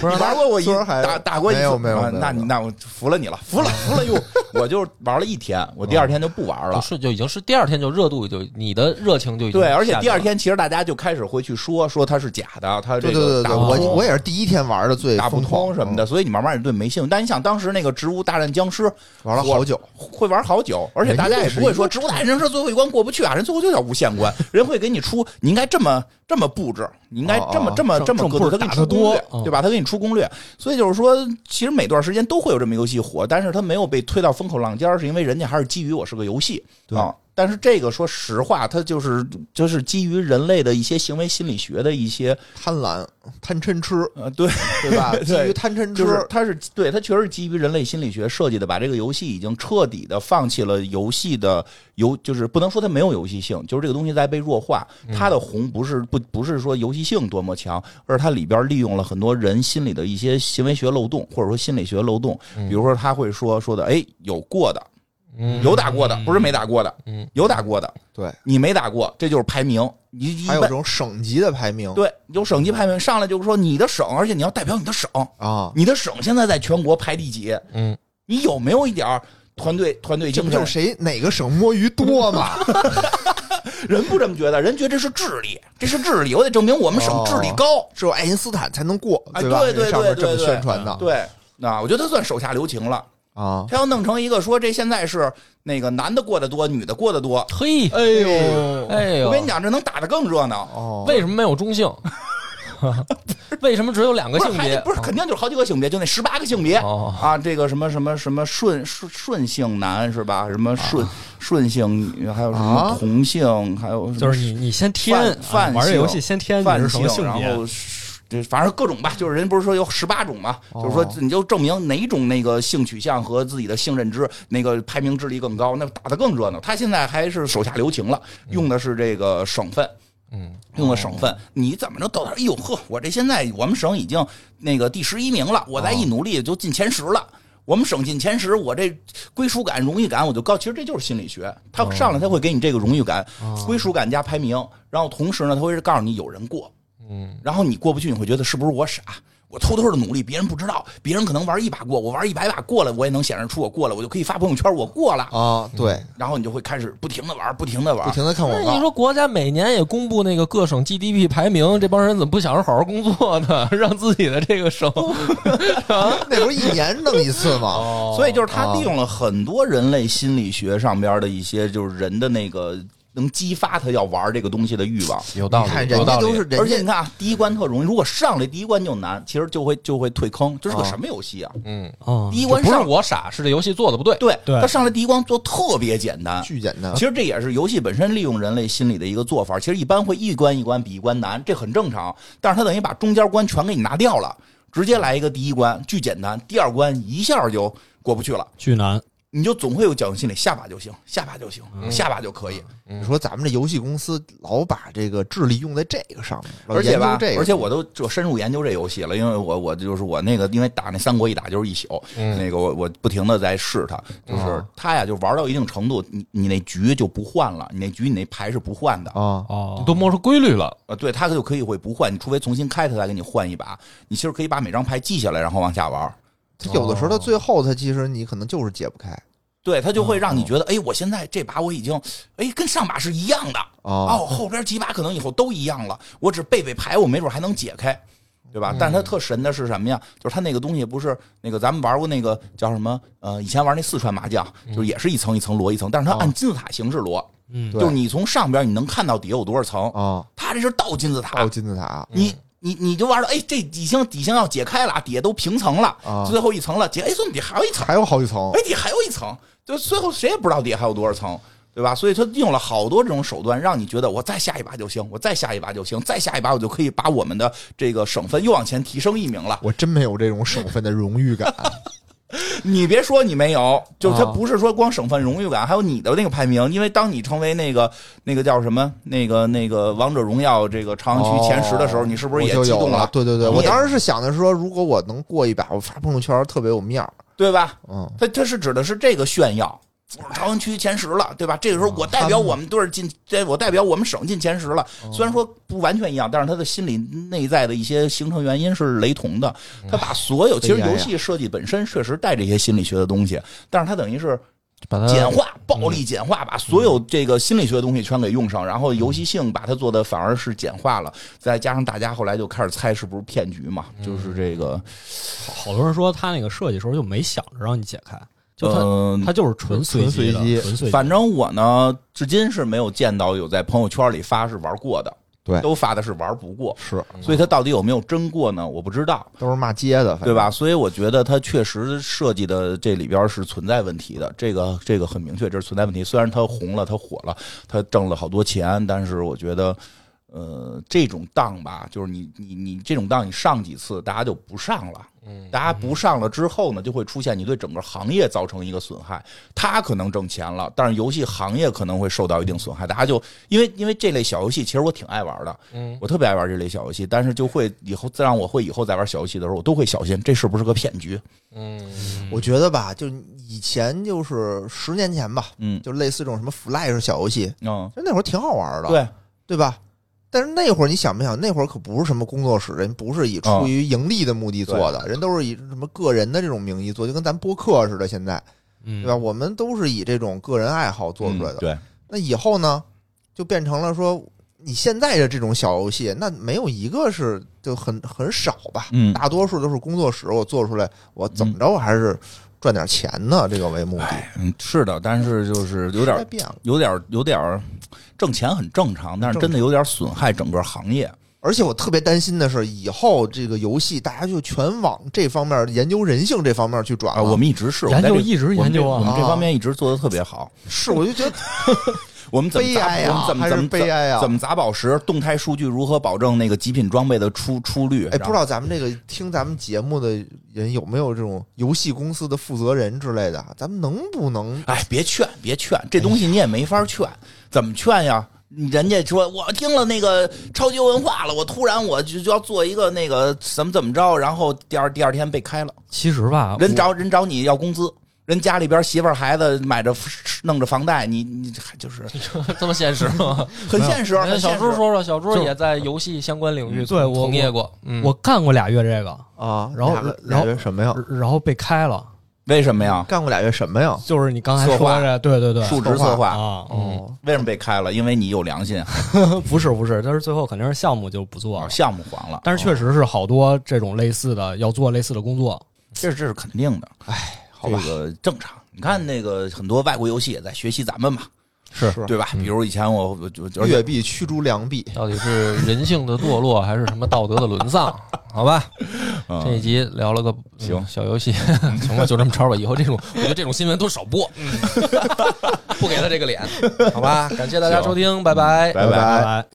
[SPEAKER 1] 不是
[SPEAKER 2] 你玩过我一
[SPEAKER 3] 昨儿还
[SPEAKER 2] 打打过一次
[SPEAKER 3] 没有没有
[SPEAKER 2] 啊
[SPEAKER 3] 没有
[SPEAKER 2] 那你那我服了你了，服了
[SPEAKER 3] [laughs]
[SPEAKER 2] 服了哟！我就玩了一天，我第二天就不玩了
[SPEAKER 1] 不。
[SPEAKER 3] 啊
[SPEAKER 1] 是就已经是第二天就热度就你的热情就已经
[SPEAKER 2] 对，而且
[SPEAKER 1] 下去
[SPEAKER 2] 第
[SPEAKER 1] 了
[SPEAKER 2] 二天其实大家就开始会去说说它是假的，它这
[SPEAKER 3] 对对对
[SPEAKER 2] 个
[SPEAKER 3] 对
[SPEAKER 2] 打
[SPEAKER 3] 对，
[SPEAKER 2] 不
[SPEAKER 3] 我
[SPEAKER 2] 通
[SPEAKER 3] 我也是第一天玩的最
[SPEAKER 2] 打不
[SPEAKER 3] 疯
[SPEAKER 2] 通
[SPEAKER 3] 狂
[SPEAKER 2] 什么
[SPEAKER 4] 嗯
[SPEAKER 2] 的，，所以你慢慢也对没兴趣。但你想，当时那个《植物大战僵尸》
[SPEAKER 3] 嗯玩了好久，
[SPEAKER 2] 会玩好久，而且大家也不会说《植物大战僵尸》最后一关过不去啊，人最后就叫无限关，人会给你出，你应该这么这么布置，你应该这么
[SPEAKER 3] 哦哦
[SPEAKER 2] 这么
[SPEAKER 4] 正
[SPEAKER 2] 这么
[SPEAKER 4] 正
[SPEAKER 2] 格
[SPEAKER 4] 步
[SPEAKER 2] 斗，他给你
[SPEAKER 4] 打
[SPEAKER 2] 出
[SPEAKER 4] 得
[SPEAKER 2] 攻略
[SPEAKER 4] 多，嗯
[SPEAKER 2] 对吧？他给你出攻略，所以就是说，其实每段时间都会有这么游戏火，但是它没有被推到风口浪尖儿，是因为人家还是基于我是个游戏
[SPEAKER 4] 对
[SPEAKER 2] 啊。但是这个说实话，它就是就是基于人类的一些行为心理学的一些
[SPEAKER 3] 贪婪、贪嗔痴，
[SPEAKER 2] 呃，对，
[SPEAKER 3] 对吧？
[SPEAKER 2] [laughs] 对
[SPEAKER 3] 基于贪嗔痴，
[SPEAKER 2] 就是它是对它确实是基于人类心理学设计的，把这个游戏已经彻底的放弃了游戏的游，就是不能说它没有游戏性，就是这个东西在被弱化。它的红不是不不是说游戏性多么强，而是它里边利用了很多人心里的一些行为学漏洞，或者说心理学漏洞。比如说他会说说的，哎，有过的，
[SPEAKER 1] 嗯
[SPEAKER 2] 有打过的，不是没打过的，
[SPEAKER 1] 嗯
[SPEAKER 2] 有打过的，
[SPEAKER 3] 对，
[SPEAKER 2] 你没打过，这就是排名。你你
[SPEAKER 3] 还有这种省级的排名，
[SPEAKER 2] 对有省级排名上来就是说你的省，而且你要代表你的省。
[SPEAKER 3] 啊，
[SPEAKER 2] 你的省现在在全国排第几？
[SPEAKER 1] 嗯，
[SPEAKER 2] 你有没有一点儿团队团队
[SPEAKER 3] 这不
[SPEAKER 2] 精
[SPEAKER 3] 就
[SPEAKER 2] 神
[SPEAKER 3] 是？谁哪个省摸鱼多嘛？
[SPEAKER 2] [laughs] 人不这么觉得，人觉得这是智力，这是智力，我得证明我们省智力高。
[SPEAKER 3] 只有爱因斯坦才能过，
[SPEAKER 2] 哎
[SPEAKER 3] 吧？
[SPEAKER 2] 对对对
[SPEAKER 3] 上面这
[SPEAKER 2] 对
[SPEAKER 3] 么
[SPEAKER 2] 对
[SPEAKER 3] 宣传的，
[SPEAKER 2] 对，那我觉得他算手下留情了。
[SPEAKER 3] 啊，
[SPEAKER 2] 他要弄成一个说这现在是那个男的过得多，女的过得多。
[SPEAKER 1] 嘿
[SPEAKER 2] 哎呦，
[SPEAKER 1] 哎呦，
[SPEAKER 2] 我跟你讲，这能打得更热闹。
[SPEAKER 3] 哦，
[SPEAKER 1] 为什么没有中性？ [laughs] 为什么只有两个
[SPEAKER 2] 不是
[SPEAKER 1] 性
[SPEAKER 2] 还
[SPEAKER 1] 别？
[SPEAKER 2] 得不是，肯定就是好几个性别，就那十八个性别
[SPEAKER 1] 哦
[SPEAKER 2] 啊，这个什么什么什么顺顺顺性男是吧？什么顺顺性女，还有什么
[SPEAKER 3] 啊
[SPEAKER 2] 同性，还有什么
[SPEAKER 4] 就是你你先添
[SPEAKER 2] 泛
[SPEAKER 4] 啊
[SPEAKER 2] 泛
[SPEAKER 4] 玩这
[SPEAKER 2] 性
[SPEAKER 4] 游戏先添你
[SPEAKER 2] 泛
[SPEAKER 4] 是什么
[SPEAKER 2] 性
[SPEAKER 4] 性
[SPEAKER 2] 然后
[SPEAKER 4] 别，
[SPEAKER 2] 是这反正各种吧，就是人不是说有十八种嘛，
[SPEAKER 3] 哦
[SPEAKER 2] 就是说你就证明哪种那个性取向和自己的性认知那个排名智力更高，那打得更热闹。他现在还是手下留情了，用的是这个省份。
[SPEAKER 1] 嗯，
[SPEAKER 2] 用的省份，你怎么着到点？哎呦呵，我这现在我们省已经那个第十一名了，我再一努力也就进前十了。我们省进前十，我这归属感、荣誉感我就高。其实这就是心理学，他上来他会给你这个荣誉感、归属感加排名，然后同时呢，他会告诉你有人过，嗯，然后你过不去，你会觉得是不是我傻？我偷偷的努力，别人不知道，别人可能玩一把过，我玩一百把过了，我也能显示出我过了，我就可以发朋友圈我过了，
[SPEAKER 3] 啊？对，
[SPEAKER 2] 然后你就会开始不停的哦玩，不停的玩，
[SPEAKER 3] 不停的看
[SPEAKER 1] 那
[SPEAKER 3] 广
[SPEAKER 1] 你
[SPEAKER 3] 告，
[SPEAKER 1] 说国家每年也公布那个各省 GDP 排名，这帮人怎么不想着好好工作呢？ [laughs] 让自己的这个省，
[SPEAKER 3] 那不是一年弄一次吗？
[SPEAKER 2] 所以就是他利用了很多人类心理学上边的一些，就是人的那个能激发他要玩这个东西的欲望。
[SPEAKER 1] 有道
[SPEAKER 3] 你看
[SPEAKER 1] 理，有
[SPEAKER 3] 人
[SPEAKER 1] 道
[SPEAKER 3] 家都是
[SPEAKER 1] 理。
[SPEAKER 2] 而且
[SPEAKER 3] 人
[SPEAKER 2] 你
[SPEAKER 3] 家
[SPEAKER 2] 看啊，第一关特容易，如果上来第一关就难，其实就会就会退坑。这是个
[SPEAKER 3] 啊
[SPEAKER 2] 什么游戏啊？
[SPEAKER 1] 嗯，
[SPEAKER 4] 嗯
[SPEAKER 2] 第，一
[SPEAKER 1] 就
[SPEAKER 2] 关
[SPEAKER 1] 不是
[SPEAKER 2] 上
[SPEAKER 1] 我傻，是这游戏做的不对。
[SPEAKER 2] 对，
[SPEAKER 4] 对
[SPEAKER 2] 他上来第一关做特别简单。
[SPEAKER 3] 巨简单
[SPEAKER 2] 其，实这也是游戏本身利用人类心理的一个做法。其实一般会一关一关比一关难，这很正常。但是他等于把中间关全给你拿掉了，直接来一个第一关巨简单，第二关一下就过不去了。
[SPEAKER 4] 巨难，
[SPEAKER 2] 你就总会有侥幸心理，下把就行，下把就行，下把就可以。
[SPEAKER 3] 你说咱们这游戏公司老把这个智力用在这个上面，老
[SPEAKER 2] 而且吧
[SPEAKER 3] 研究这，个
[SPEAKER 2] 而且我都就深入研究这游戏了，因为我我就是我那个，因为打那三国一打就是一宿，
[SPEAKER 3] 嗯
[SPEAKER 2] 那个我我不停的在试它，
[SPEAKER 3] 哦
[SPEAKER 2] 就是它呀，就玩到一定程度，你你那局就不换了，你那局你那牌是不换的。
[SPEAKER 3] 啊，
[SPEAKER 1] 你
[SPEAKER 4] 哦，
[SPEAKER 1] 都摸出规律了，
[SPEAKER 2] 呃，对，它就可以会不换，你除非重新开它，再给你换一把。你其实可以把每张牌记下来，然后往下玩。
[SPEAKER 3] 它有的时候它
[SPEAKER 2] 哦
[SPEAKER 3] 最后它其实你可能就是解不开
[SPEAKER 2] 对，它就会
[SPEAKER 3] 哦
[SPEAKER 2] 让你觉得，哎，我现在这把我已经，哎，跟上把是一样的，
[SPEAKER 3] 啊
[SPEAKER 2] 哦，后边几把可能以后都一样了，我只背背牌，我没准还能解开，对吧？但
[SPEAKER 3] 嗯
[SPEAKER 2] 是它特神的是什么呀？就是它那个东西不是那个咱们玩过那个叫什么？呃，以前玩那四川麻将，
[SPEAKER 3] 嗯
[SPEAKER 2] 就是也是一层一层摞一层，但是它按金字塔形式摞，
[SPEAKER 4] 嗯，
[SPEAKER 3] 哦对
[SPEAKER 2] 就是你从上边你能看到底下有多少层，
[SPEAKER 3] 啊，
[SPEAKER 2] 它这是倒金字塔
[SPEAKER 3] 倒，金字嗯塔，啊
[SPEAKER 2] 你。你你就玩到哎，这已经已经要解开了，底下都平层了，
[SPEAKER 3] 啊
[SPEAKER 2] 最后一层了，解哎，说底下还有一层，
[SPEAKER 3] 还有好几层
[SPEAKER 2] 哎，底下还有一层，就最后谁也不知道底下还有多少层，对吧？所以他用了好多这种手段，让你觉得我再下一把就行，我再下一把就行，再下一把我就可以把我们的这个省份又往前提升一名了。
[SPEAKER 3] 我真没有这种省份的荣誉感。
[SPEAKER 2] 你别说你没有，就是他
[SPEAKER 4] 啊
[SPEAKER 2] 不是说光省份荣誉感，还有你的那个排名，因为当你成为那个那个叫什么那个那个王者荣耀这个朝阳区前十的时候，
[SPEAKER 3] 哦
[SPEAKER 2] 你是不是也
[SPEAKER 3] 我
[SPEAKER 2] 激
[SPEAKER 3] 就有
[SPEAKER 2] 动
[SPEAKER 3] 了？对对对，
[SPEAKER 2] 你
[SPEAKER 3] 我
[SPEAKER 2] 也
[SPEAKER 3] 当时是想的是说，如果我能过一把，我发朋友圈特别有面儿。
[SPEAKER 2] 对吧？
[SPEAKER 3] 嗯，
[SPEAKER 2] 他他是指的是这个炫耀，我是朝阳区前十了，对吧？这个时候我代表我们队儿进，这我代表我们省进前十了。虽然说不完全一样，但是他的心理内在的一些形成原因是雷同的。他把所有其实
[SPEAKER 3] 哎呀呀
[SPEAKER 2] 游戏设计本身确实带这些心理学的东西，但是他等于是
[SPEAKER 1] 把它
[SPEAKER 2] 简化、暴力简化，把所有这个心理学的东西全给用上，然后游戏性把它做的反而是简化了。再加上大家后来就开始猜是不是骗局嘛，就是这个，
[SPEAKER 4] 好好多人说他那个设计时候就没想着让你解开，就他、
[SPEAKER 2] 嗯，
[SPEAKER 4] 他就是纯随机的，
[SPEAKER 3] 纯随机
[SPEAKER 4] 纯随机。
[SPEAKER 2] 反正我呢，至今是没有见到有在朋友圈里发是玩过的，
[SPEAKER 3] 对
[SPEAKER 2] 都发的是玩不过，
[SPEAKER 3] 是，
[SPEAKER 4] 嗯
[SPEAKER 2] 所以他到底有没有真过呢？我不知道，
[SPEAKER 3] 都是骂街的，反正
[SPEAKER 2] 对？吧？所以我觉得他确实设计的这里边是存在问题的，这个这个很明确，这是存在问题。虽然他红了，他火了，他挣了好多钱，但是我觉得。呃，这种当吧，就是你你你这种当，你上几次，大家就不上了。
[SPEAKER 1] 嗯，
[SPEAKER 2] 大家不上了之后呢，就会出现你对整个行业造成一个损害。他可能挣钱了，但是游戏行业可能会受到一定损害。大家就因为因为这类小游戏，其实我挺爱玩的，
[SPEAKER 1] 嗯，
[SPEAKER 2] 我特别爱玩这类小游戏，但是就会以后再让我会以后再玩小游戏的时候，我都会小心这是不是个骗局。
[SPEAKER 1] 嗯，
[SPEAKER 3] 我觉得吧，就以前就是十年前吧，
[SPEAKER 2] 嗯
[SPEAKER 3] 就类似这种什么 Flash 小游戏，
[SPEAKER 2] 嗯，
[SPEAKER 3] 其实那会儿挺好玩的，
[SPEAKER 2] 对，
[SPEAKER 3] 对吧？但是那会儿你想没想，那会儿可不是什么工作室，人不是以
[SPEAKER 2] 啊
[SPEAKER 3] 出于盈利的目的做的，人都是以什么个人的这种名义做，就跟咱播客似的。现在，
[SPEAKER 4] 嗯
[SPEAKER 3] 对吧？我们都是以这种个人爱好做出来
[SPEAKER 2] 嗯
[SPEAKER 3] 的。
[SPEAKER 2] 对，
[SPEAKER 3] 那以后呢，就变成了说，你现在的这种小游戏，那没有一个是就很很少吧，
[SPEAKER 2] 嗯
[SPEAKER 3] 大多数都是工作室我做出来，我怎么着我还是赚点钱呢，这个为目的。
[SPEAKER 2] 嗯，是的，但是就是有点
[SPEAKER 3] 时代变了，
[SPEAKER 2] 有点有点挣钱很正常，但是真的有点损害整个行业。
[SPEAKER 3] 而且我特别担心的是，以后这个游戏大家就全往这方面研究人性这方面去转
[SPEAKER 2] 啊，
[SPEAKER 3] 了。
[SPEAKER 2] 我们一直是我们
[SPEAKER 4] 研究
[SPEAKER 2] 在这
[SPEAKER 4] 一直
[SPEAKER 2] 我们这
[SPEAKER 4] 研究啊
[SPEAKER 2] 我们这
[SPEAKER 3] 啊
[SPEAKER 2] 方面一直做的特别好。
[SPEAKER 3] 是我就觉得
[SPEAKER 2] 我 [laughs] 们怎么
[SPEAKER 3] 悲
[SPEAKER 2] 砸？
[SPEAKER 3] 哀啊
[SPEAKER 2] 我们怎么
[SPEAKER 3] 还是
[SPEAKER 2] 怎么
[SPEAKER 3] 悲哀啊
[SPEAKER 2] 怎么砸宝石？动态数据如何保证那个极品装备的出出率？
[SPEAKER 3] 哎，不知道咱们这个听咱们节目的人有没有这种游戏公司的负责人之类的，咱们能不能
[SPEAKER 2] 哎，别劝，别劝，这东西你也没法劝，怎么劝呀？人家说我听了那个超级文化了，我突然我就就要做一个那个怎么怎么着，然后第二第二天被开了，
[SPEAKER 4] 其实吧，
[SPEAKER 2] 人
[SPEAKER 4] 啊我
[SPEAKER 2] 找人找你要工资，人家里边媳妇儿孩子买着弄着房贷，你你还就是
[SPEAKER 1] [laughs] 这么现实吗？
[SPEAKER 2] 很现实。很
[SPEAKER 1] 小
[SPEAKER 2] 现
[SPEAKER 1] 猪
[SPEAKER 2] 实
[SPEAKER 1] 说说，小猪
[SPEAKER 4] 就
[SPEAKER 1] 也在游戏相关领域
[SPEAKER 4] 嗯对我
[SPEAKER 1] 从业过，嗯，
[SPEAKER 4] 我干过俩月这个，
[SPEAKER 3] 啊？
[SPEAKER 4] 然后
[SPEAKER 3] 俩个
[SPEAKER 4] 然后
[SPEAKER 3] 俩人什么呀？
[SPEAKER 4] 然后被开了，
[SPEAKER 2] 为什么呀？
[SPEAKER 3] 干过俩月什么呀？
[SPEAKER 4] 就是你刚才
[SPEAKER 2] 策划
[SPEAKER 4] 说的，对对对，
[SPEAKER 2] 述职策划
[SPEAKER 4] 啊，
[SPEAKER 3] 哦
[SPEAKER 1] 嗯，
[SPEAKER 2] 为什么被开了？因为你有良心，
[SPEAKER 4] 不是不是，但是最后肯定是项目就不做了。
[SPEAKER 2] 项目黄了，
[SPEAKER 4] 但是确实是好多这种类似的要做类似的工作，
[SPEAKER 2] 这这是肯定的。哎，
[SPEAKER 3] 好吧
[SPEAKER 2] 这个正常。你看那个很多外国游戏也在学习咱们嘛，
[SPEAKER 3] 是
[SPEAKER 2] 对吧？比如以前我我就就
[SPEAKER 3] 月币驱逐良币，
[SPEAKER 1] 到底是人性的堕落，还是什么道德的沦丧？好吧，这一集聊了个嗯
[SPEAKER 2] 行
[SPEAKER 1] 小游戏， [laughs] 行了，就这么着吧。以后这种，我觉得这种新闻都少播， [laughs] 嗯不给他这个脸，好吧？感谢大家收听，拜拜。
[SPEAKER 2] 拜拜
[SPEAKER 4] 拜拜。